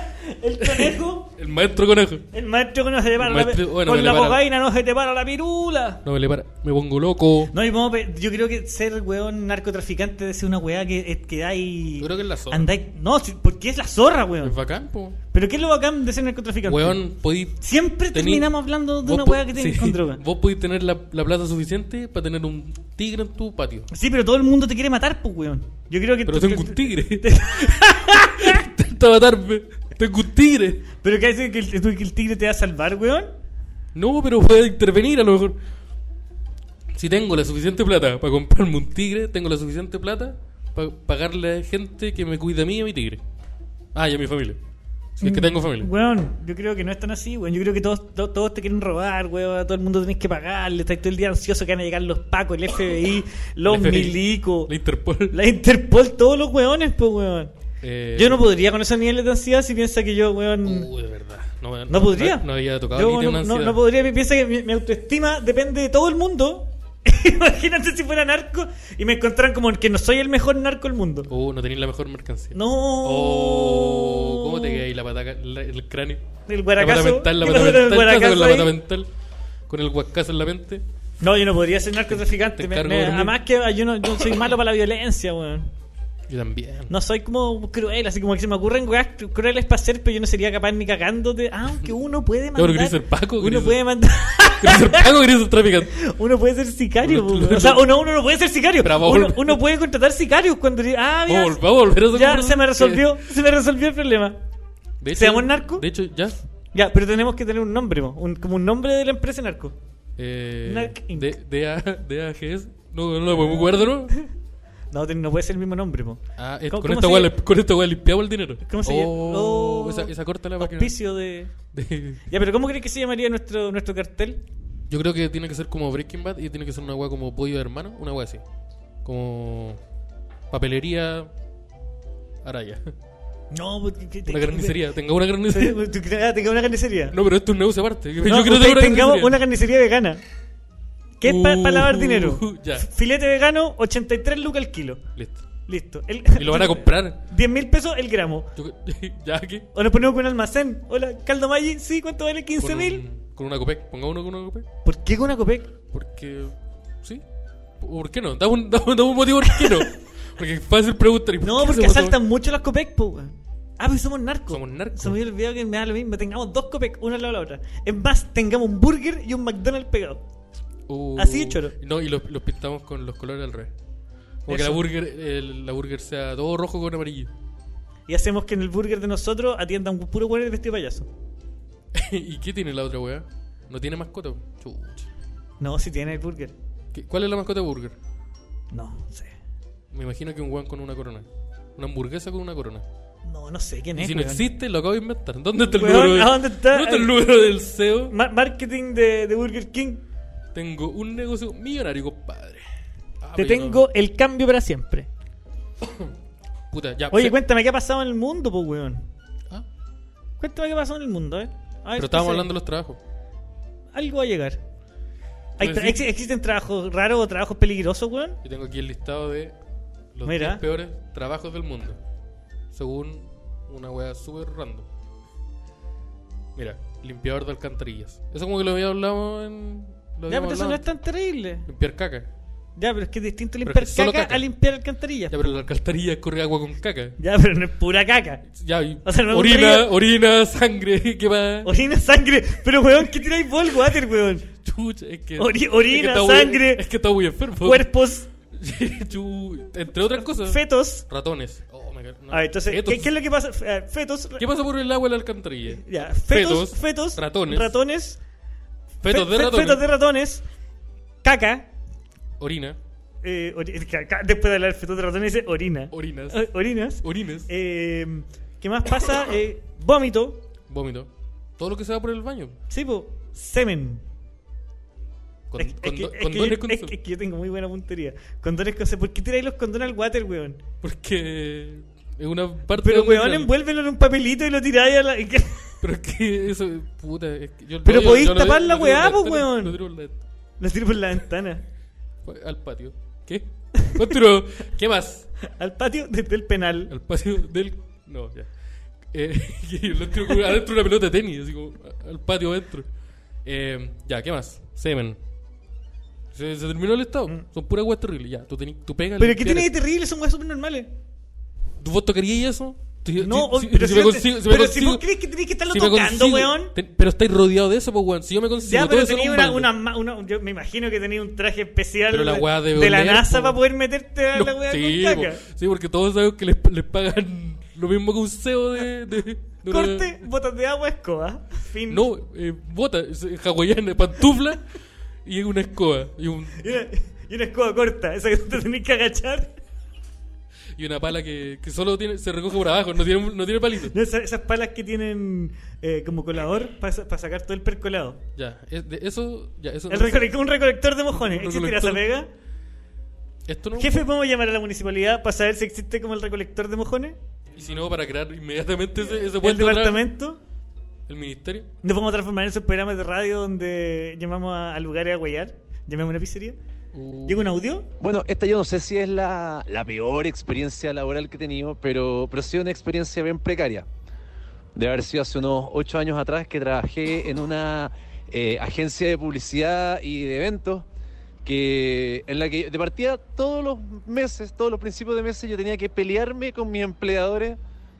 el, el conejo. El maestro conejo. El maestro que no se te para El la maestro- pi- bueno, Con me la le para- cocaína no se te para la pirula. No me le para. Me pongo loco. No, y vamos, pe- yo creo que ser weón narcotraficante debe ser una weá que, eh, que da y. Yo creo que es la zorra. andáis- no, si- porque es la zorra, Es weón. bacán, po. Pero ¿qué es lo bacán de ser narcotraficante? Weón, podí Siempre Tení- terminamos hablando de Vos una po- weá que tiene sí. con droga. Vos podés tener la, la plata suficiente para tener un tigre en tu patio. Sí, pero todo el mundo te quiere matar, pues, weón. Yo creo que. Pero tengo un tigre. Intenta matarme. Tengo un tigre. Pero que dice que el, que el tigre te va a salvar, weón. No, pero puede intervenir a lo mejor. Si tengo la suficiente plata para comprarme un tigre, tengo la suficiente plata para pagarle a gente que me cuida a mí y a mi tigre. Ah, y a mi familia. Si es que tengo familia. Mm. Weón, yo creo que no es tan así, weón. Yo creo que todos, to- todos te quieren robar, weón. A todo el mundo tenés que pagarle. Estás todo el día ansioso que van a llegar los pacos, el FBI, los La FBI, milicos, La Interpol. la Interpol, todos los weones, pues, weón. Eh, Yo no podría con esos niveles de ansiedad si piensa que yo, weón. Uy, de verdad. No, me- No podría. No, había tocado Yo ni no, tema de no- ansiedad. no podría. Piensa que mi, mi autoestima depende de todo el mundo. Imagínate si fuera narco y me encontraran como que no soy el mejor narco del mundo. Oh, no tenéis la mejor mercancía. No. Oh, ¿cómo te queda ahí la pataca, la- el cráneo? El La pata guaracazo. mental, la ¿Qué pata pasa con el mental, ¿qué haces con la guaracazo pata ahí? mental. Con el huascazo en la mente. No, yo no podría ser narcotraficante. Te me- encargo me- de dormir. además que yo no yo soy malo para la violencia, weón. Yo también. No soy como cruel, así como que se me ocurren weas cru- crueles para hacer, pero yo no sería capaz ni cagándote. Ah, aunque uno puede pero mandar. quería ser Paco, Uno quería ser- puede mandar. ¿Querías ser pago o querías ser traficante? Uno puede ser sicario, Uno- weón. o sea, uno, uno no puede ser sicario. Bravo. Uno, uno puede contratar sicarios cuando ah, ya, Vamos a volver a esa ya conversación. se me resolvió, se me resolvió el problema. De hecho- ¿Seamos narco? De hecho, ya. Ya, pero tenemos que tener un nombre, po, un- como un nombre de la empresa narco. Eh, Narc Inc. de, de, A- de AGS. No, no lo podemos guardar, ¿no? No, ten- no puede ser el mismo nombre, po. Ah, eh, ¿Cómo- con, cómo esta se wea, llama? le- con esta wea limpiamos el dinero. ¿Cómo se Oh, llama? Esa, esa corta la máquina. Auspicio de... Ya, pero ¿cómo crees que se llamaría nuestro, nuestro cartel? Yo creo que tiene que ser como Breaking Bad y tiene que ser una wea como Pollo de Hermano, una wea así. Como papelería araya. No, porque... que- Una que- carnicería, tenga una carnicería. Pero, ¿tú crees- ah, Tenga una carnicería. No, pero esto es un negocio aparte. Yo creo No, que tengo ustedes una tengamos carnicería. una carnicería vegana. Que es para Uh, lavar dinero. ya. Filete vegano, 83 lucas al kilo. Listo. Listo. El- Y lo van a comprar. 10 mil pesos el gramo. Yo- ya aquí. O nos ponemos con almacén. Hola, caldo Maggi, sí, ¿cuánto vale? 15 Con, mil. un- con una copec. Ponga uno con una copec. ¿Por qué con una copec? Porque. ¿Sí? ¿Por qué no? Dame un, dame- dame un motivo por qué no. Porque es fácil preguntar. ¿y por No, qué porque hacemos asaltan todo? mucho las copec, po. weón. Ah, pero somos narcos. Somos narcos. Se me había olvidado que me da lo mismo. Tengamos dos copec, una al lado de la otra. Es más, tengamos un burger y un McDonald's pegado. Uh, Así Ah, de choro. No, y los, los pintamos con los colores al revés. Como que Eso. la burger, el- la burger sea todo rojo con amarillo. Y hacemos que en el burger de nosotros atiendan un puro güey de vestido de payaso. ¿Y qué tiene la otra weá? ¿No tiene mascota? Chucha. No, si tiene el burger. ¿Qué- ¿Cuál es la mascota de burger? No, no sé. Me imagino que un weón con una corona. Una hamburguesa con una corona. No, no sé quién Y es. si no weón. existe, lo acabo de inventar. ¿Dónde está el Weón, número? de- ¿a dónde está? ¿Dónde está el número del CEO? Ma- marketing de, de Burger King. Tengo un negocio millonario, compadre. Ah, Te pero yo tengo el cambio para siempre. no- Puta, ya. Oye, se- cuéntame qué ha pasado en el mundo, pues, weón. Ah, Cuéntame qué ha pasado en el mundo, eh. A ver, Pero estábamos pues, hablando de los trabajos. Algo va a llegar. Hay Pues tra- sí. ex- ¿Existen trabajos raros o trabajos peligrosos, weón? Yo tengo aquí el listado de los Mira. 10 peores trabajos del mundo. Según una wea súper random. Mira, limpiador de alcantarillas. Eso como que lo había hablado en. Lo Ya, habíamos pero eso hablado no es antes. tan terrible. Limpiar caca. Ya, pero es que es distinto Pero limpiar es que caca, solo caca. a limpiar alcantarillas. Ya, pero la alcantarilla corre agua con caca. Ya, pero no es pura caca. Ya, y O sea, no es un orina, río. orina, sangre, ¿qué más? Orina, sangre. Pero, weón, ¿qué tiráis vos, water, weón? Chucha, es que. Ori- es que orina, está muy- sangre. es que está muy enfermo. Cuerpos, Chu- Entre otras cosas. fetos. Ratones. Oh, me ca- no. A ver, Ah, entonces, Fetos. ¿qué, qué es lo que pasa? F- eh, Fetos. ¿Qué pasa por el agua de la alcantarilla? Ya, fetos, Fetos, fetos, ratones, ratones, Fetos fe- de fe- ratones. fetos de ratones, caca, Orina. eh, ori- caca, después de hablar fetos de ratones dice orina, Orinas. Eh, orinas, Orines. eh, ¿qué más pasa? Eh, vómito, Vómito. Todo lo que se va por el baño. sí, po, semen. Con, Es- es que- condo- es que condones yo- con es que- es que yo tengo muy buena puntería. Condones con semen. ¿Por qué tiráis los condones al water, weón? Porque es una parte Pero, donde weón, sale. envuélvelo en un papelito y lo tiráis a la... Pero es que eso, puta, es que yo Pero yo- yo podéis lo tiro- tapar lo la tiro weá, por po, la ventana, weón. lo tiro por la ventana. lo tiro por la ventana. Fue Al patio. ¿Qué? Otro. ¿Qué más? Al patio desde el penal. Al patio del. No, ya. Eh, y lo tiro como adentro de una pelota de tenis, así como a- al patio adentro. Eh, ya, ¿qué más? Semen. Se, se terminó el estado. Son puras weas terribles. Ya, tú, tenés, tú pegas. Mm. Pero ¿qué limpiar tiene de esto. terrible? Son weas súper normales. ¿Tú vos tocarías eso? Si- No, si- ob- pero si si, me no te- consigo- si me pero si consigo- vos crees que tenés que estarlo si me tocando, consigo- weón. te- pero estáis rodeado de eso, pues, weón. Si yo me consigo Ya, todo pero eso pues, en tenía un una, balde. una, ma- una- yo me imagino que tenía un traje especial Pero la weá de, debe la oler, NASA po. para poder meterte a la No, weá sí, con po. caca. sí, porque todos sabemos que les, les pagan lo mismo que un CEO de. de- de una- Corte, botas de agua, escoba. Fin. No, eh, bota, es, eh, hawaiana, pantufla y una escoba. Y, un- Y una, y una escoba corta, esa que te tenés que agachar. y una pala que, que solo tiene, se recoge por abajo, no tiene, no tiene palito. No, esa- esas palas que tienen eh, como colador para sacar todo el percolado. Ya, es de- eso. Ya, eso El no- recolec- un recolector de mojones. Un ¿Existirá esa recolector. pega? Esto no. Jefe, ¿podemos llamar a la municipalidad para saber si existe como el recolector de mojones? Y si no, para crear inmediatamente ese, ese ¿El puente atrás, departamento? el ministerio. Nos vamos a transformar en esos programas de radio donde llamamos a, a lugares a huellar. Llamamos a una pizzería. Uh, Llega un audio. Bueno, esta yo no sé si es la, la peor experiencia laboral que he tenido, pero, pero sí una experiencia bien precaria. De haber sido hace unos ocho años atrás que trabajé en una eh, agencia de publicidad y de eventos que, en la que de partida todos los meses, todos los principios de meses yo tenía que pelearme con mis empleadores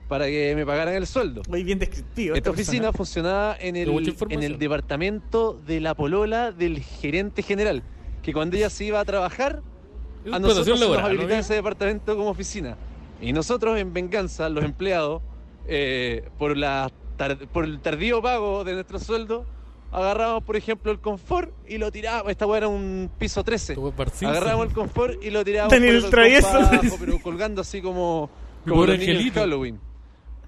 para que me pagaran el sueldo. Muy bien descriptivo. Esta oficina persona. funcionaba en mucha el, en información. el departamento de la polola del gerente general, que cuando ella se iba a trabajar, es a explotación nosotros se nos laboral, ¿no? habilitan ese departamento como oficina. Y nosotros, en venganza, los empleados, eh, por las tar- por el tardío pago de nuestro sueldo, agarrábamos, por ejemplo, el confort y lo tirábamos. Esta weá era un piso 13. Esto fue Bart Simpson. Agarrábamos el confort y lo tirábamos Tenía el balcón travieso. pa' abajo, pero colgando así como, Mi como pobre los niños en angelito. Halloween.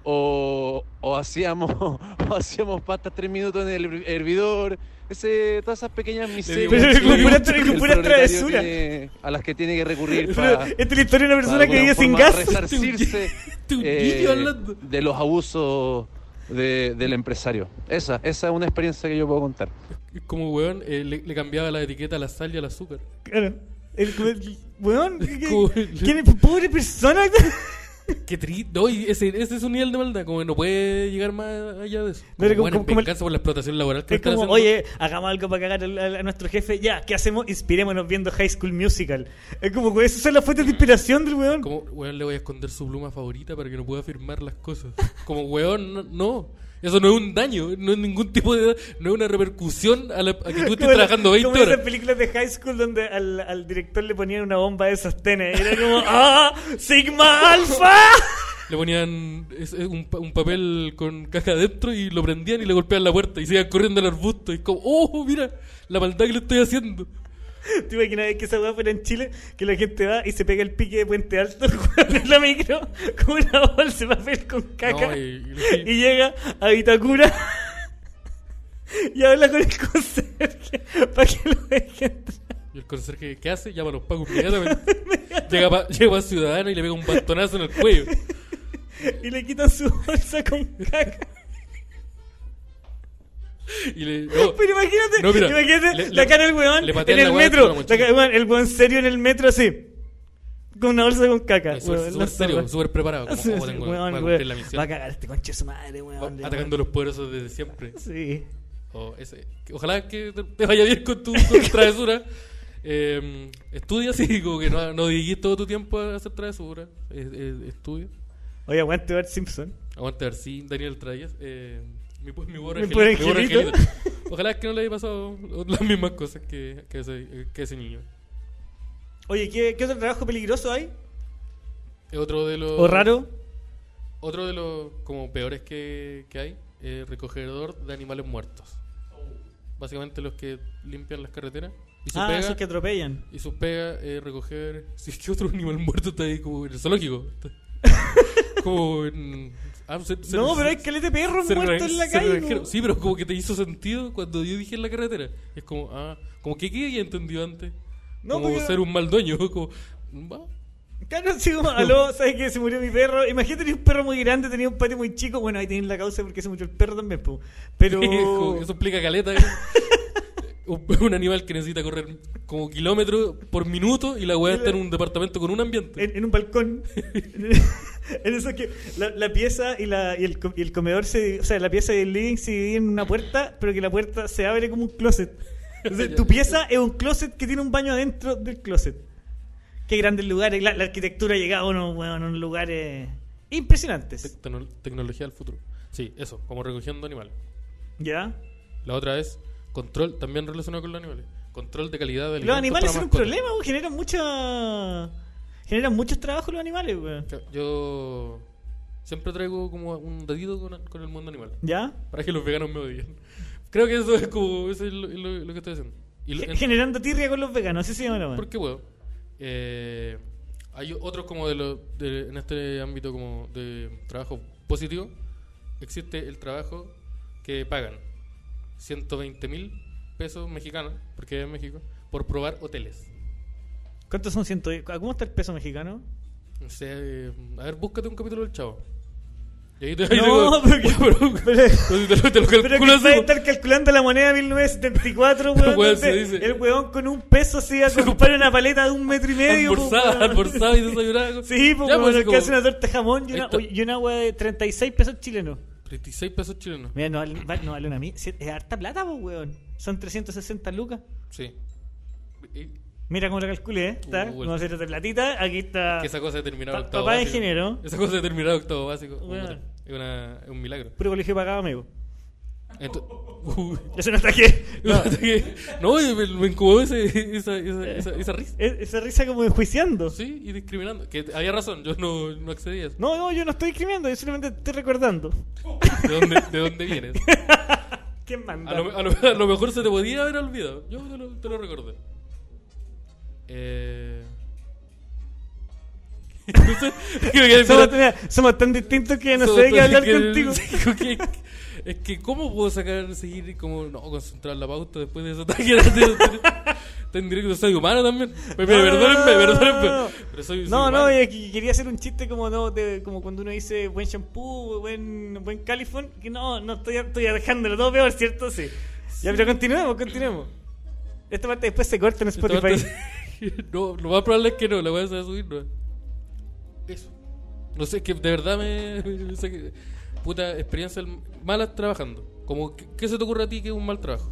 O, o hacíamos o hacíamos pastas tres minutos en el hervidor. Ese, todas esas pequeñas miserias. Pero que con pura- el con pura proletario travesura. tiene- a las que tiene que recurrir Pero para, esta es la historia de una persona de que vive alguna sin forma gas. resarcirse, Este un eh, guillo hablando. de los abusos de- del empresario. Esa, esa es una experiencia que yo puedo contar. Es Como weón, eh, le, le cambiaba la etiqueta a la sal y al azúcar. Claro. El, el- weón, Como- ¿qué- ¿quién es pobre persona? Qué triste. No, y ese, ese es un nivel de maldad. Como que no puede llegar más allá de eso. Como, Pero como- weón, en como- como el- venganza por la explotación laboral que Es están como, haciendo. oye, hagamos algo para cagar al- al- a, nuestro jefe. Ya, ¿qué hacemos? Inspirémonos viendo High School Musical. Es como, que esas son las fuentes de inspiración del weón. Como, weón, le voy a esconder su pluma favorita para que no pueda firmar las cosas. Como, weón, no. no. Eso no es un daño, no es ningún tipo de. No es una repercusión a, la- a que tú estés Como- trabajando 20 Como horas. esas películas de High School donde al, al director le ponían una bomba de sostenes. Era como, ¡ah! ¡Sigma Alpha! Le ponían es- es un, pa- un papel con caja adentro y lo prendían y le golpeaban la puerta y se iban corriendo al arbusto. Y es como, oh, mira, la maldad que le estoy haciendo. ¿Te imaginas que esa weá fuera en Chile? Que la gente va y se pega el pique de Puente Alto weón, en la micro con una bolsa de papel con caca No, y... y- llega a Vitacura y habla con el conserje para que lo deje entrar. Y el conserje, ¿qué hace? Llama a los pagos inmediatamente. llega, pa- llega a Ciudadano y le pega un bastonazo en el cuello. Y le quitan su bolsa con caca. Y le, no, Pero imagínate, No, mira, imagínate le- la le- cara del weón le patean en el la weá dentro metro. de la La mochila. ca- weón, el weón serio en el metro así. Con una bolsa con caca. es súper- weón, súper la zorra. serio, súper preparado. Como, Sí, oh, sí, tengo- voy weón, a weón. cumplir la Va a misión. Oh, cagar este conche su madre, weón. de- Atacando a los poderosos desde siempre. Sí. O ese- que- Ojalá que te- te vaya bien con tu, con tu travesura. Eh, estudia, sí, como que no, no dediques todo tu tiempo a hacer travesura. Eh, eh, estudia. Oye, aguante Bart Simpson. Aguante, a ver si Daniel Trayes. Eh, mi, pu- mi pobre Mi pobre angelito, mi pobre angelito. angelito. Ojalá que no le haya pasado las mismas cosas que, que, ese, que ese niño. Oye, ¿qué, qué otro trabajo peligroso hay? Eh, Otro de los. ¿O raro? Otro de los como peores que, que hay, eh, recogedor de animales muertos. Básicamente los que limpian las carreteras. Y su Ah, pega, esos que atropellan. y su pega es recoger. Si es que otro animal muerto está ahí como en el zoológico. como en. ah, ser- ser- no, pero hay caleta de perros ser muertos gran- en la ser calle. granjero. po. Sí, pero como que te hizo sentido cuando yo dije en la carretera. Es como, ah, como que ¿qué había entendido antes? No, pues como porque- ser un mal dueño. Como, va. Claro, sí, como, aló, ¿sabes qué? Se murió mi perro. Imagínate, tenía un perro muy grande, tenía un patio muy chico. Bueno, ahí tenés la causa porque se murió el perro también, po. Pero. Eso explica caleta. ¿eh? un, un animal que necesita correr como kilómetros por minuto y la weá está en un departamento con un ambiente. En, en un balcón. en eso que la, la pieza y, la, y, el, co- y el comedor, se, o sea, la pieza y el living se dividen en una puerta, pero que la puerta se abre como un closet. O sea, tu pieza es un closet que tiene un baño adentro del closet. Qué grandes lugares. La, la arquitectura ha llegado a unos, bueno, a unos lugares eh, impresionantes. Tecno- tecnología del futuro. Sí, eso, como recogiendo animales. ¿Ya? La otra es control, también relacionado con los animales. Control de calidad de Los alimentos animales para son un mascotas. problema, weón, generan mucha. Generan muchos trabajos los animales, weón. Yo- Yo siempre traigo como un dedito con, con el mundo animal. ¿Ya? Para que los veganos me odien. Creo que eso es como eso es lo, lo- lo que estoy haciendo. Y lo- Ge- Generando tirria con los veganos, así se llama la weá. ¿Por qué huevo? Eh, hay otros como de los de- en este ámbito como de trabajo positivo. Existe el trabajo que pagan 120 mil pesos mexicanos, porque es en México, por probar hoteles. ¿Cuántos son ciento? ¿A ¿Cómo está el peso mexicano? No sé, eh, a ver, búscate un capítulo del Chavo. Y ahí te, ahí No, te- pero que- pero- pero- pero si te lo- te lo Pero que calculo así, puede estar calculando la moneda de 1974, No, weón. weón, donde se dice. El weón con un peso se iba a comprar una paleta de un metro y medio. po, almorzaba, weón. almorzaba y desayunaba. Sí, pues, Ya, weón, así como alcanza una torta de jamón y Ahí una, está. y una weá de 36 pesos chilenos. 36 pesos chilenos. Mira, no vale, va- no vale una mí. Es harta plata, pues, weón. Son 360 lucas. Sí. Y- Mira cómo lo calculé, ¿eh? ¿Está? Uh, Vamos a hacer otra platita. Aquí está. Que esa cosa de terminar Ah. Pa- octavo papá básico. ingeniero. Esa cosa de terminar octavo básico. Bueno. puta, Es, una- es un milagro. Puro colegio pagado, amigo. Ento- Uy. Eso no Eh. está qué. No, me, me incomodó ese- esa, esa, esa- esa risa. Esa risa como enjuiciando. Sí, y discriminando. Que había razón, yo no, no accedí a eso. No, no, yo no estoy discriminando, yo solamente estoy recordando. ¿De dónde, de dónde vienes? ¿Quién manda? A lo, a lo- a lo mejor se te podía haber olvidado. Yo te lo, te lo recordé. Eh... No sé, creo que- somos, mira, somos tan distintos que no sé de qué hablar contigo. que- es que, ¿cómo puedo sacar, seguir como, no, concentrar la pauta después de ese ataque? Tan- Tan directo, soy humano también. Me- me- No, no, Perdónenme, no, no, perdónenme. no, no. Pero soy, soy No, humano. no, eh, que- quería hacer un chiste como no, de- como cuando uno dice buen shampoo, buen, buen califón, que no, no estoy, estoy dejándolo todo peor, ¿cierto? Sí. Ya, pero continuemos, continuemos. Esta parte después se corta en Spotify. no, lo más probable es que no, la voy a hacer subir, no. Eso. No sé, que de verdad me. me saqué- puta experiencia el- mala trabajando. Como, ¿qué, qué se te ocurre a ti que es un mal trabajo?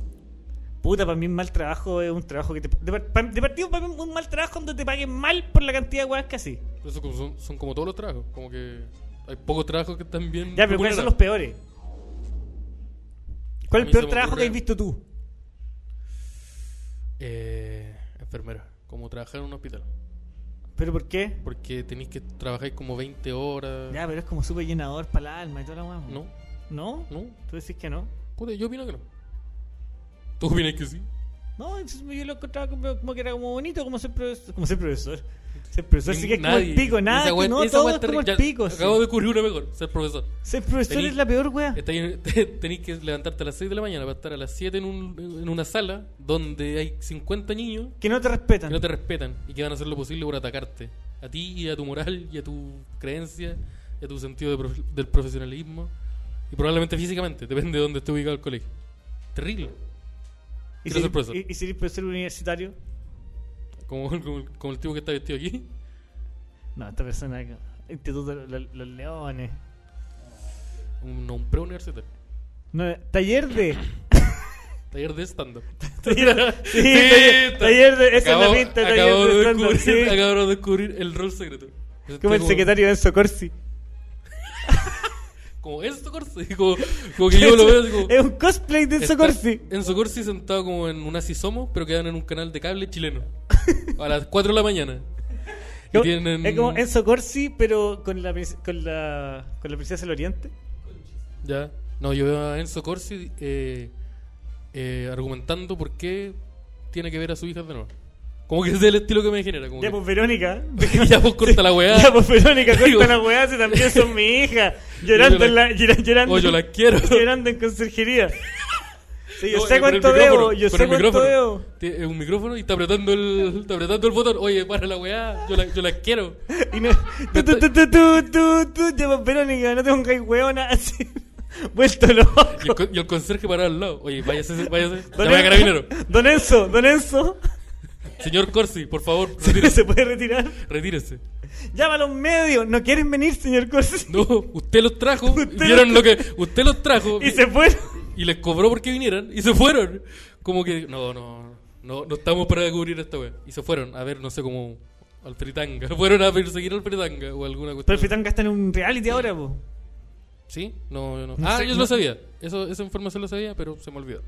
Puta, para mí un mal trabajo es un trabajo que te... De, par- pa- de partido para mí un mal trabajo donde te paguen mal por la cantidad de weas que así. Eso como son, son como todos los trabajos. Como que hay pocos trabajos que están bien. Ya, pero ¿cuáles son los peores? ¿Cuál es A el mí se peor me trabajo ocurre- que has visto tú? Eh, enfermera. Como trabajar en un hospital. ¿Pero por qué? Porque tenéis que trabajar como 20 horas. Ya, pero es como súper llenador para el alma y toda la wea. No, ¿No? no. ¿Tú decís que no? Puta, yo opino que no. ¿Tú opinas que sí? No, entonces yo lo encontraba como, como que era como bonito, como ser profesor. Como ser profesor. Ser profesor sí Pues que es como el pico, nada, Esa que wea- no, esa todo wea es como terrible. el Ya, pico. sí. Acabo de descubrir una mejor, ser profesor. Ser profesor Tení- es la peor wea. Está ahí- te- Tenés que levantarte a las 6 de la mañana para estar a las 7 en, un- en una sala donde hay 50 niños Que no te que respetan. no te respetan y que van a hacer lo posible por atacarte. A ti y a tu moral y a tu creencia y a tu sentido de profe- del profesionalismo. Y probablemente físicamente, depende de dónde esté ubicado el colegio. Terrible. ¿Y quiero si- ser profesor. y- y si eres profesor universitario? Como, como, como el tipo que está vestido aquí. No, esta persona. Instituto de los, los Leones. Un, no, un preuniversitario. No, taller de. Taller de stand-up. taller, sí, Sí, taller, ta- taller de. Esa acabo- es la pinta, taller acabo de. de stand-up, descubrir, sí. acabo de descubrir el rol secreto. Como el secretario de Enzo Corsi. Como Enzo Corsi, como, como que yo lo veo así como... Es un cosplay de Enzo está Corsi. Enzo Corsi sentado como en un asisomo, pero quedan en un canal de cable chileno. A las 4 de la mañana. Y Como- tienen- Es como Enzo Corsi, pero con la, princ- con la, con la princesa del Oriente. Ya. No, yo veo a Enzo Corsi eh, eh, argumentando por qué tiene que ver a su hija de nuevo. Como que es el estilo que me genera. Como Ya, que- pues Verónica. ya pues corta la weá. Ya, pues Verónica, Digo- corta la weá, si también son mi hija. Llorando la- en la. llora- Llorando, Oh, yo la quiero. llorando en conserjería. Sí, yo No, sé eh, con el cuánto debo, micrófono, yo con sé el cuánto micrófono. debo. Tiene un micrófono y está apretando el, está apretando el botón. Oye, para la weá, yo la, yo la quiero. Y no, tú, tú, tú, tú, tú, tú, tú, te vas, pues, Verónica, no te pongas hueona así. Vuelto loco. Y el, con- y el conserje para al lado. Oye, váyase, váyase. Llame a carabinero. Don Enzo, don Enzo, Señor Corsi, por favor, ¿se, retírese. puede retirar? retírese. Llama a los medios, no quieren venir, señor Corsi. No, usted los trajo. Usted vieron los- lo que. Usted los trajo. Y se fueron. y les cobró porque vinieran. Y se fueron. Como que. No, no. No, no estamos para cubrir esta wea. Y se fueron. A ver, no sé cómo. Al fritanga. Fueron a perseguir al fritanga o alguna Pero cuestión. el Fitanga está en un reality ahora, po. ¿Sí? No, yo no. No ah, sé, yo no- lo sabía. Eso, esa información lo sabía, pero se me olvidó.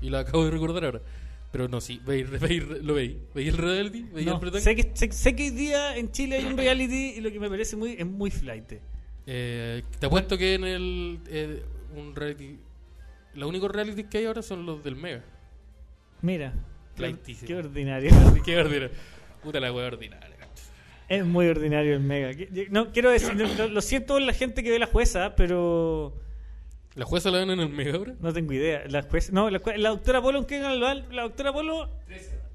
Y la acabo de recordar ahora. Pero no, sí, veí, veí, lo veí. ¿Veí el reality? ¿Veí No, el pretang? sé, que, sé, sé que hoy día en Chile hay un reality y lo que me parece muy, es muy flight. Eh, te apuesto que en el. eh, un reality. Los únicos realities que hay ahora son los del Mega. Mira, qué, Flightísimo. qué ordinario. Qué ordinario. Puta la wea ordinaria. cacho. Es muy ordinario el mega. Que- No, quiero decir, lo, lo siento por la gente que ve la jueza, pero... ¿La jueza la ven en el Mega ahora? No tengo idea. La juez, no, la, juez- la doctora Polo, aunque gana el Val- la doctora Polo,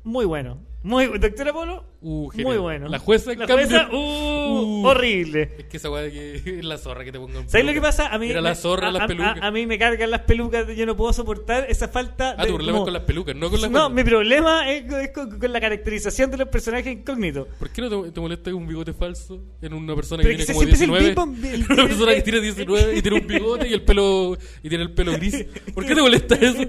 muy bueno. Muy doctora Polo, Uh, genial. muy bueno. La jueza, en la cambio- jueza, uh, Uh. horrible. Es que esa wea de que. La zorra que te pongo en ¿Sabes lo peluca. que pasa? A mí Era me- la zorra, a, las a- pelucas. a- a mí me cargan las pelucas, yo no puedo soportar esa falta ah, tu problema es con las pelucas, no con las No, cuerdas. mi problema es, con- es con, con la caracterización de los personajes incógnitos. ¿Por qué no te, te molesta un bigote falso en una persona Pero que que tiene se- como siempre es el 19? mismo- el- en una persona que el- tiene 19 y tiene un bigote y el pelo y tiene el pelo gris. ¿Por qué te molesta eso?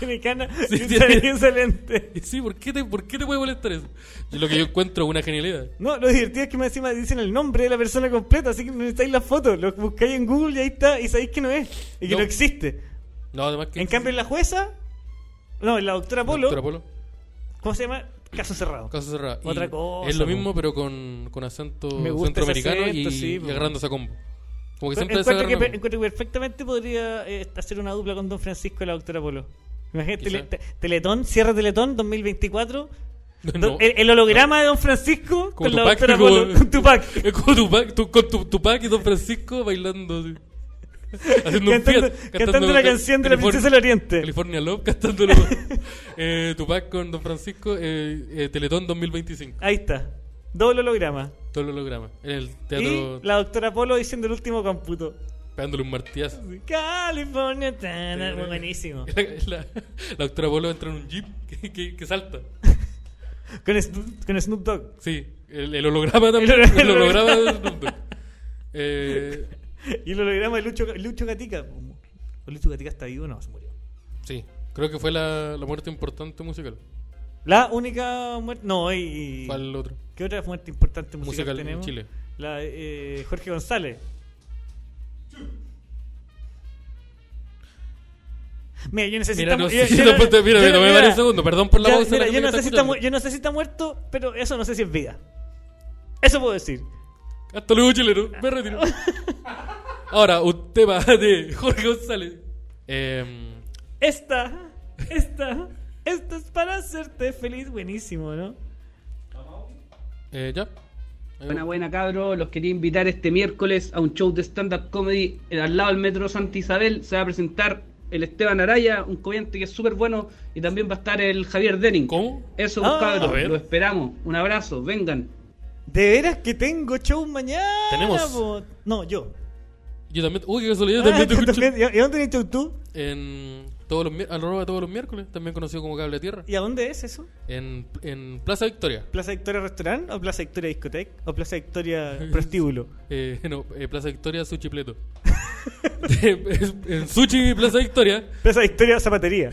Tiene cana, Sí, y tiene- sale excelente. Y Sí, ¿por qué te, por qué te puede molestar eso? Y lo que yo encuentro es una genialidad. No, lo divertido es que más encima dicen el nombre de la persona completa, así que no necesitáis la foto, lo buscáis en Google y ahí está, y sabéis que no es, y que No. no existe. No, además que. En cambio, en la jueza, no, en la doctora Polo, Doctora Polo, ¿cómo se llama? Caso cerrado. caso cerrado. Y Otra cosa, Es lo po. mismo, pero con, con acento Me gusta ese centroamericano y, acento, sí, po. y agarrándose a combo. Como que Pues siempre se Encuentro que, agarran a combo. encuentro que perfectamente podría eh, hacer una dupla con Don Francisco y la doctora Polo. Imagínate, Quizá. tele- te- Teletón, cierre Teletón 2024. No. Don- el, el holograma de Don Francisco Como con la Tupac, doctora como- Polo, con Tupac. Es como Tupac, tu, con tu, Tupac y Don Francisco bailando. así. Haciendo un Cantando, fiat, cantando la ca- canción de la California- princesa del Oriente. California Love cantando eh, Tupac con Don Francisco, eh, eh, Teletón 2025. Ahí está. Doble holograma. Todo el holograma. En el teatro, Y la doctora Polo diciendo el último cómputo. pegándole un martillazo. California, tana, muy buenísimo. La, la- la doctora Polo entra en un jeep que, que- que salta. Con, Snoop- con Snoop Dogg. Sí, el, el holograma también. El- El holograma de Snoop Dogg. Eh, Y el holograma de Lucho, Lucho Gatica. ¿O ¿Lucho Gatica está vivo? No, se murió. sí, creo que fue la, la muerte importante musical. La única muerte. No, y. ¿Cuál el otro? ¿Qué otra muerte importante musical, Musical en tenemos? Chile. La de, eh, Jorge González. Mira, yo necesito. Mira, no sé si tampoco- mira, mira, me vale un segundo, perdón por la yo- pausa, mira, la yo, gente no que sé si está está mu- escuchando. yo no sé si está muerto, pero eso no sé si es vida. Eso puedo decir. Hasta luego, chileno. Me retiro. Ahora, un tema de Jorge González. Eh, Esta, esta, esta es para hacerte feliz. Buenísimo, ¿no? eh, ya. Buena, buena, cabro. Los quería invitar este miércoles a un show de stand-up comedy eh, al lado del Metro Santa Isabel. Se va a presentar el Esteban Araya, un comediante que es súper bueno, y también va a estar el Javier Denning. ¿Cómo? Eso, Ah, cabros, a ver. Lo esperamos. Un abrazo. Vengan. De veras que tengo show mañana. Tenemos. po. No, yo. Yo también. Uy, qué casualidad. Ah, También te ¿tú escucho. también? ¿Y y dónde tenés show tú? En todos los, mier- a lo largo de todos los miércoles, también conocido como Cable Tierra. ¿Y a dónde es eso? En, en Plaza Victoria. ¿Plaza Victoria Restaurant o Plaza Victoria Discoteca o Plaza Victoria Prostíbulo? Eh, no, eh, Plaza Victoria, Sushi Pleto. en Sushi y Plaza Victoria, Plaza Victoria Zapatería.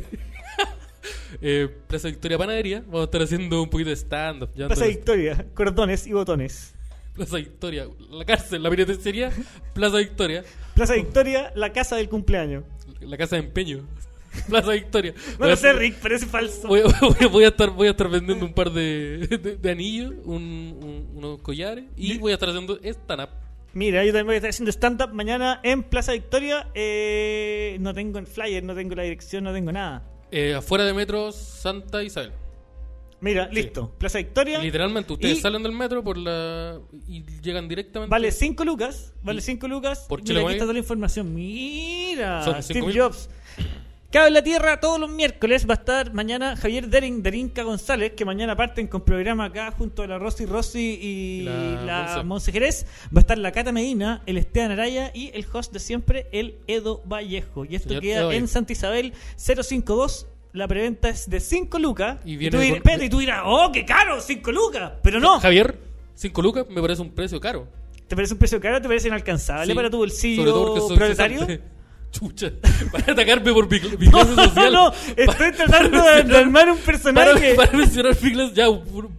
eh, Plaza Victoria Panadería, vamos a estar haciendo un poquito de stand-up. ya Plaza antes- Victoria, cordones y botones. Plaza Victoria, la cárcel, la penitenciaría, Plaza Victoria. Plaza Victoria, la casa del cumpleaños. La casa de empeño. Plaza Victoria. No Voy lo a- sé, Rick, parece falso. Voy, voy- voy a estar, voy a estar vendiendo un par de, de- de anillos, un- un- unos collares y voy a estar haciendo stand-up. Mira, yo también voy a estar haciendo stand-up mañana en Plaza Victoria. Eh, no tengo el flyer, no tengo la dirección, no tengo nada. eh, afuera de metro Santa Isabel. Mira, listo. Plaza Victoria. Literalmente, ustedes Y- salen del metro por la y llegan directamente. Vale 5 lucas. Vale 5 lucas. Por Chile Mira, aquí Guay. está toda la información. Mira. Son cinco Steve mil. Jobs. Cabe en la Tierra todos los miércoles. Va a estar mañana Javier Dering, Derinka González, que mañana parten con programa acá junto a la Rosy Rosy y La la, Monse. Monse Jerez. Va a estar la Cata Medina, el Esteban Araya y el host de siempre, el Edo Vallejo. Y esto Señor Edo queda en Vallejo. Santa Isabel 052. La preventa es de 5 lucas. Y Y, viene tú dirás, con- espérate, y tú dirás, oh, qué caro, 5 lucas. Pero no. Javier, 5 lucas me parece un precio caro. ¿Te parece un precio caro? ¿Te parece inalcanzable Sí, para tu bolsillo sobre todo porque soy proletario? cesante. Chucha, para atacarme por mi, cl- mi clase social. no, Para- estoy tratando de, para de mencionar- armar un para, personaje. para mencionar mi clase, ya. por-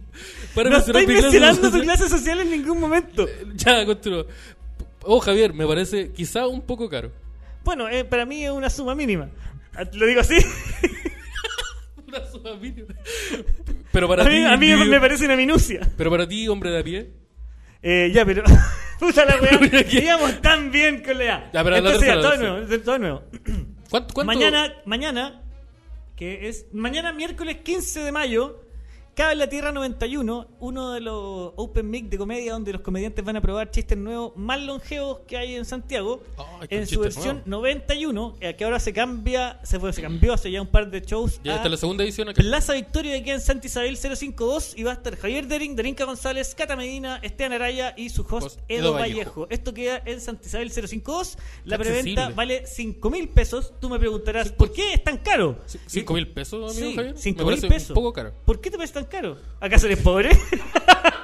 Para no estoy mi clase mencionando tu social. clase social en ningún momento. Ya, continúa. Oh, Javier, me parece quizá un poco caro. Bueno, eh, para mí es una suma mínima. Ah, Lo digo así. Una suma mínima. Pero para A ti. mí, a mí individu- me parece una minucia. Pero para ti, hombre de a pie. Eh, ya, pero. Puta la weá. Mira que- Íbamos tan bien con la edad. Ya, pero la Entonces, tercera, ya, todo la de nuevo. de- Todo de nuevo. ¿Cuánto? cuánto- Mañana, mañana, que es mañana miércoles 15 de mayo, Cabe en la Tierra 91, uno de los Open Mic de comedia donde los comediantes van a probar chistes nuevos más longevos que hay en Santiago, Ay, qué en su chistes versión 91, eh, que ahora se cambia, se, fue, se cambió hace ya un par de shows Ya a está la segunda edición acá. Plaza Victoria que queda en Santa Isabel 052 y va a estar Javier Dering, Darinka González, Cata Medina, Esteban Araya y su host Host Edo Edo Vallejo. Vallejo. Esto queda en Santa Isabel 052. La Está preventa accesible. vale 5 mil pesos. Tú me preguntarás, ¿por qué es tan caro? C- ¿Cinco mil pesos, amigo Sí, Javier? cinco me mil parece pesos. un poco caro. ¿Por qué te parece tan caro? ¿Acaso eres pobre?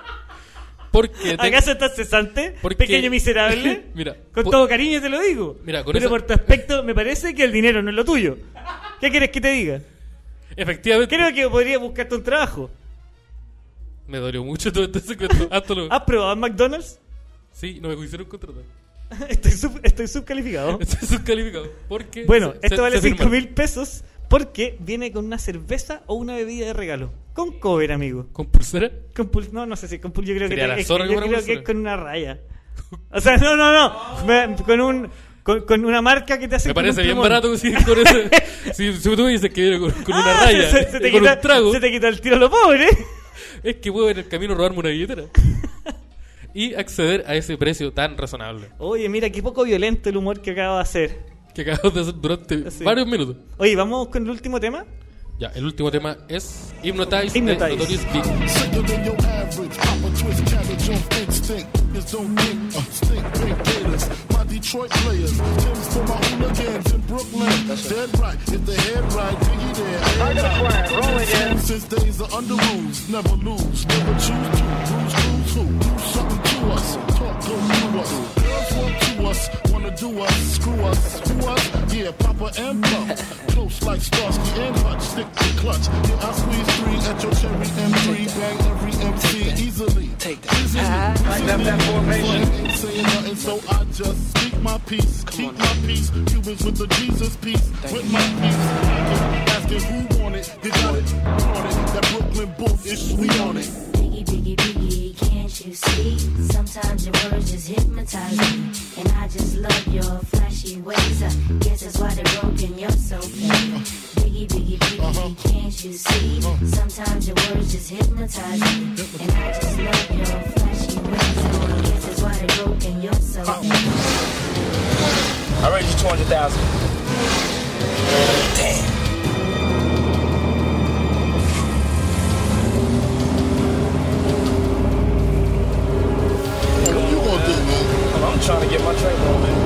Porque tengo- ¿Acaso estás cesante? Porque- ¿Pequeño miserable? Mira, con por- todo cariño te lo digo. Mira, con Pero esa- por tu aspecto me parece que el dinero no es lo tuyo. ¿Qué quieres que te diga? Efectivamente. Creo que podrías buscarte un trabajo. Me dolió mucho todo este secreto. Hasta luego. Ah. ¿Has probado en McDonald's? Sí, no me quisieron contratar. Estoy, sub- estoy subcalificado. Esto es descalificado. Porque Bueno, se- esto se- vale se 5 firman. mil pesos porque viene con una cerveza o una bebida de regalo. Con cover, amigo. ¿Con pulsera? Con pul- no, no sé si con pul- yo creo que, Sería te- la es, zorra yo con una creo que pulsera. es con una raya. O sea, no, no, no. Me- con un con, con una marca que te hace Me parece bien barato si, si, si tú dices que viene con, con una raya, Ah, Se, se te eh, con quita, un trago, se te quita el tiro a lo pobre. es que puedo en el camino robarme una billetera. y acceder a ese precio tan razonable Oye, mira qué poco violento el humor que acabo de hacer. que acabas de hacer durante Ah, Sí. varios minutos. Oye, vamos con el último tema. Ya, el último tema es Hypnotize, Hypnotize. de Notorious B.I.G. Sicker than your average. Pop a twist, cabbage on instinct. It's don't think, uh, stink, big gators. My Detroit players. Tim's for my hooligans in Brooklyn. Dead right, hit the head right, biggie there. I got Since days of under rules, never lose, never choose to. Bruise, cruise, who? Do something to us. Talk, go through us. Girls want to us, wanna do us. Screw us, screw us. Yeah, Papa and Pump. Close like Starsky and Hutch, stick to clutch. Yeah, I squeeze three at your cherry M3. Bang every MC easily. Take that. Easily. Easily. But ain't saying nothing, so I just speak my peace. Keep my peace. Cubans with the Jesus peace. With my peace. Asking who want it. They got it. Want it. That Brooklyn bull is sweet on it. Biggie, biggie, biggie, can't you see? Sometimes your words just hypnotize me. And I just love your flashy ways. I guess that's why they're broken, you're so fake. Biggie, biggie, biggie, can't you see? Sometimes your words just hypnotize me. And I just love your flashy ways. I guess that's why they're broken, you're so fake. I raised you 200,000. What you gonna do, man? I'm trying to get my train rolling.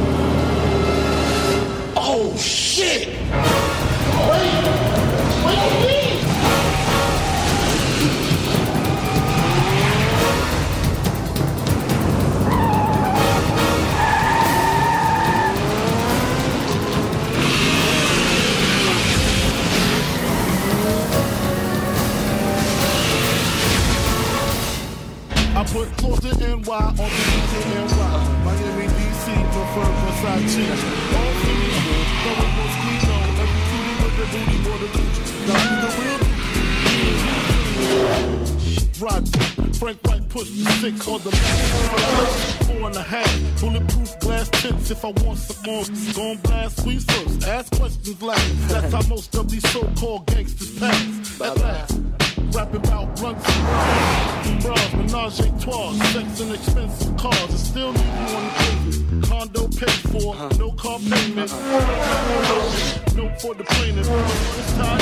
Oh shit! Wait! Wait, wait! I put closer NY on the easy NY. Miami, DC, prefer Versace. All female, throwing mosquito. Every cutie with the booty for the Gucci. Now you the real Rodney, Frank White pushed the six on the back. Four and a half, bulletproof glass tips. If I want some more, gon' blast we first. Ask questions last. That's how most of these so-called gangsters pass. At last, rapping about blunts and bras, bras, menage a trois, sex and expensive cars. I still need you on the pavement. Condo paid for, no car payment. No for the plaintiff. It's time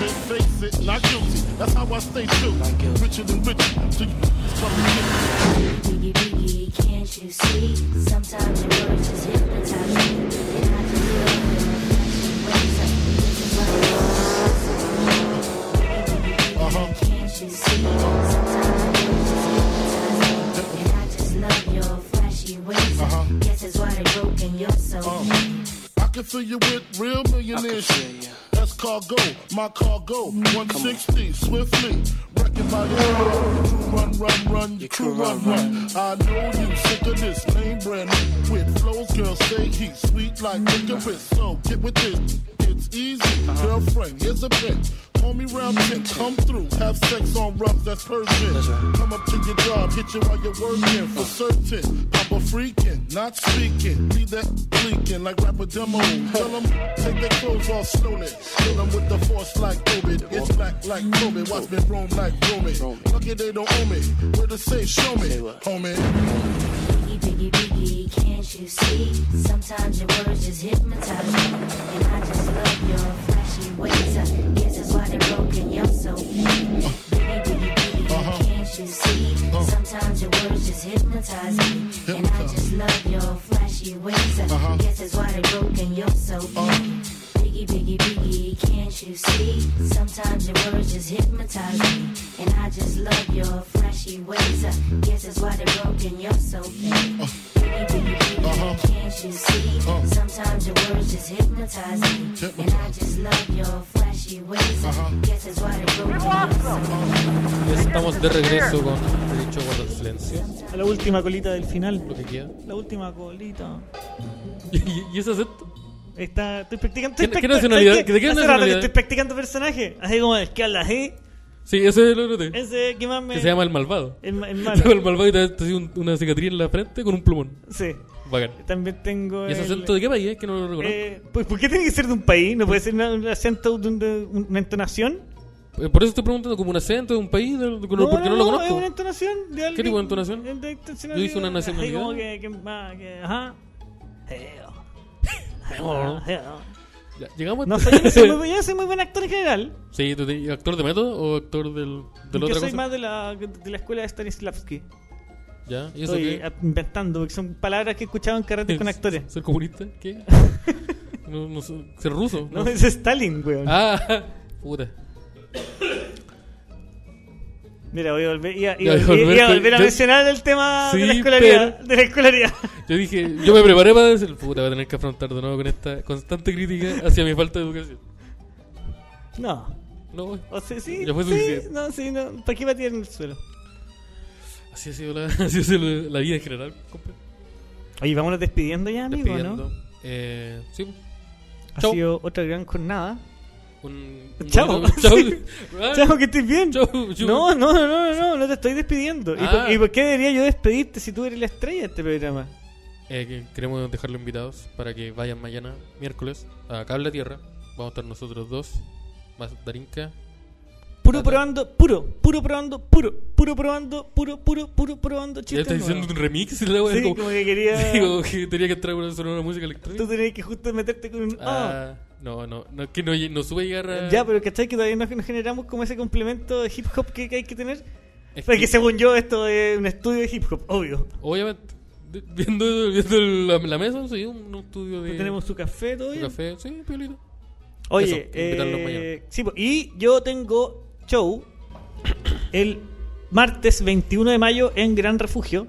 to face it, not guilty. That's how I stay true. Richer than rich. To you, it's from the kitchen. Biggie, biggie, can't you see? Sometimes your words just hypnotize me. And I just love your flashy ways. I guess that's why they're Uh-huh. Can't you see? Sometimes your words just hypnotize me. And I just love your flashy ways. Uh-huh. I guess that's why they broken. You're so Uh. mean. I can fill you with real millionaires. That's cargo, my cargo. 160, swiftly. Wrecking my crew, run, run, run. Your crew run, run. I know you sick of this name brand new. With flows, girl, say he's sweet like licorice. So get with this. It's easy. Girlfriend, here's a bitch. Call me round 10, come through. Have sex on rough, that's Persian. Come up to your job, hit you while you're working. For certain, Papa freaking, not speaking. Leave that leaking like rapper demo. Tell them, take their clothes off slowly. Kill them with the force like COVID. It's black like COVID. Watch me roam like roaming. Lucky they don't own me. Where to say, show me, homie. Biggie, biggie, biggie, can't you see? Sometimes your words just hypnotize me. And I just love your flashy ways. I guess that's why they're broken. You're so mean. Biggie, biggie, biggie, can't you see? Sometimes your words just hypnotize me. And I just love your flashy ways. I guess that's why they're broken. You're so mean. Biggie, biggie, biggie, can't you see? Sometimes your words just hypnotize me. And I just love your flashy ways. I guess that's why they're broken, you're so mean. Biggie, biggie, biggie, can't you see? Sometimes your words just hypnotize me. And I just love your flashy ways. I guess that's why they're broken, you're so mean. Ya Estamos de regreso con derecho a guardar silencio, A la última colita del final. lo que queda. La última colita. ¿Y, y ese acento? Está, estoy practicando. Estoy ¿Qué- qué practicando- nacionalidad? ¿sabes qué? ¿De qué Hace rato que nacionalidad? estoy practicando personaje. Así como es que hablas, ¿eh? Sí, ese es el otro tema, Ese que más me. que se llama El Malvado. El, ma- el Se llama malo. El Malvado y te te hace un- una cicatriz en la frente con un plumón. Sí. Bacán. También tengo. ¿Y ese el- acento de qué país? Es que no lo reconozco. eh, pues, ¿Por qué tiene que ser de un país? ¿No puede ser una- un acento, de un- de una entonación? Eh, Por eso estoy preguntando, como un acento de un país, de- de- porque no, lo Es una conozco. entonación de alguien. tipo de entonación? de entonación Yo dije una de- nacionalidad. Así como que, que, ah, que- ajá. Eo. Oh. Eo. Ya, Llegamos a No sé, este- yo soy, muy, yo soy muy buen actor en general. Sí, ¿tú te- actor de método o actor del, de la yo otra soy cosa? más de la, de la escuela de Stanislavski. Ya, ¿y eso Estoy qué? inventando, porque son palabras que escuchaba en carretes con actores. ¿Ser comunista? ¿Qué? no, no sé, ¿Ser ruso? No, es Stalin, weón. Ah, puta. Mira, voy a volver, iba, Ya, iba- voy a volver iba a con- volver a yo- mencionar el tema de la Sí, escolaridad. pero- De la escolaridad. Yo dije, yo me preparé para decir, puta, voy a tener que afrontar de nuevo con esta constante crítica hacia mi falta de educación. No. No, güey. O sea, sí. Ya fue sí, suficiente. no, sí, no. ¿Para qué va a tirar en el suelo? así ha sido la, así ha sido la, la vida en general, compa. Oye, vámonos despidiendo ya, amigo, Despidiendo. ¿no? Eh, sí, Ha Chau. sido otra gran jornada. un. un Chao. bonito- Chao. Sí. Ah, Chao, que estés bien. Chao, chao. No, no, no, no, no, no te estoy despidiendo. ¿Y, Ah. por, y por qué debería yo despedirte si tú eres la estrella de este programa? Eh, que queremos dejarlo invitados para que vayan mañana, miércoles, a Cable Tierra. Vamos a estar nosotros dos, más Darinka. Puro Ajá. probando, puro, puro probando, puro, puro probando, puro, puro, puro probando. Ya Chistes está diciendo nuevos. un remix y la wea, Sí, como- como que quería- Digo, que tenía que entrar una sonora música Tú electrónica. tenías que justo meterte con un... ah. Ah, eh. no, no, no, que no, lle- no sube llegar a. Ya, pero ¿cachai? Que todavía no no generamos como ese complemento de hip hop que que hay que tener. Es Porque que- según yo esto es un estudio de hip hop, obvio. Obviamente. De- Viendo, viendo la, la mesa, sí, un, un estudio de. Pues Tenemos su café, todo un bien. café, sí, piolito. Oye, Eso, invitarlos eh, mañana. sí, po, y yo tengo show el martes 21 de mayo en Gran Refugio.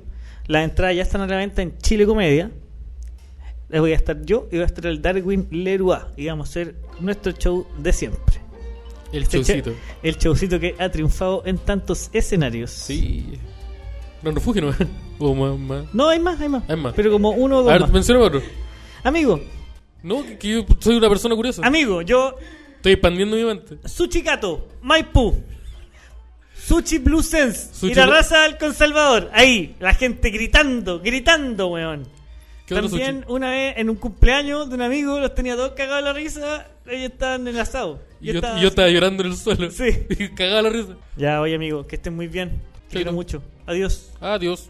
Las entradas ya están a la venta en Chile Comedia. Ahí Voy a estar yo y voy a estar el Darwin Leroy. Y vamos a hacer nuestro show de siempre. El Este showcito. che- El showcito que ha triunfado en tantos escenarios. Sí. Gran refugio, ¿no? O más. más. No, hay más, hay más. Hay más. Pero como uno o A dos ver, más. menciona otro. Amigo, No, que, que yo soy una persona curiosa. amigo, yo Estoy expandiendo mi mente. Sushi Gato, Maipú. Sushi Blue Sense. Sushi y la Blue- raza del Consalvador. Ahí, la gente gritando, gritando, weón. ¿Qué otro También sushi? una vez en un cumpleaños de un amigo los tenía todos cagados de la risa. Ellos estaban en el asado. Y yo, y yo estaba llorando en el suelo. Sí. Y cagaba la risa. Ya, oye, amigo, que estén muy bien. Te Sí, quiero tú. mucho. Adiós. Adiós.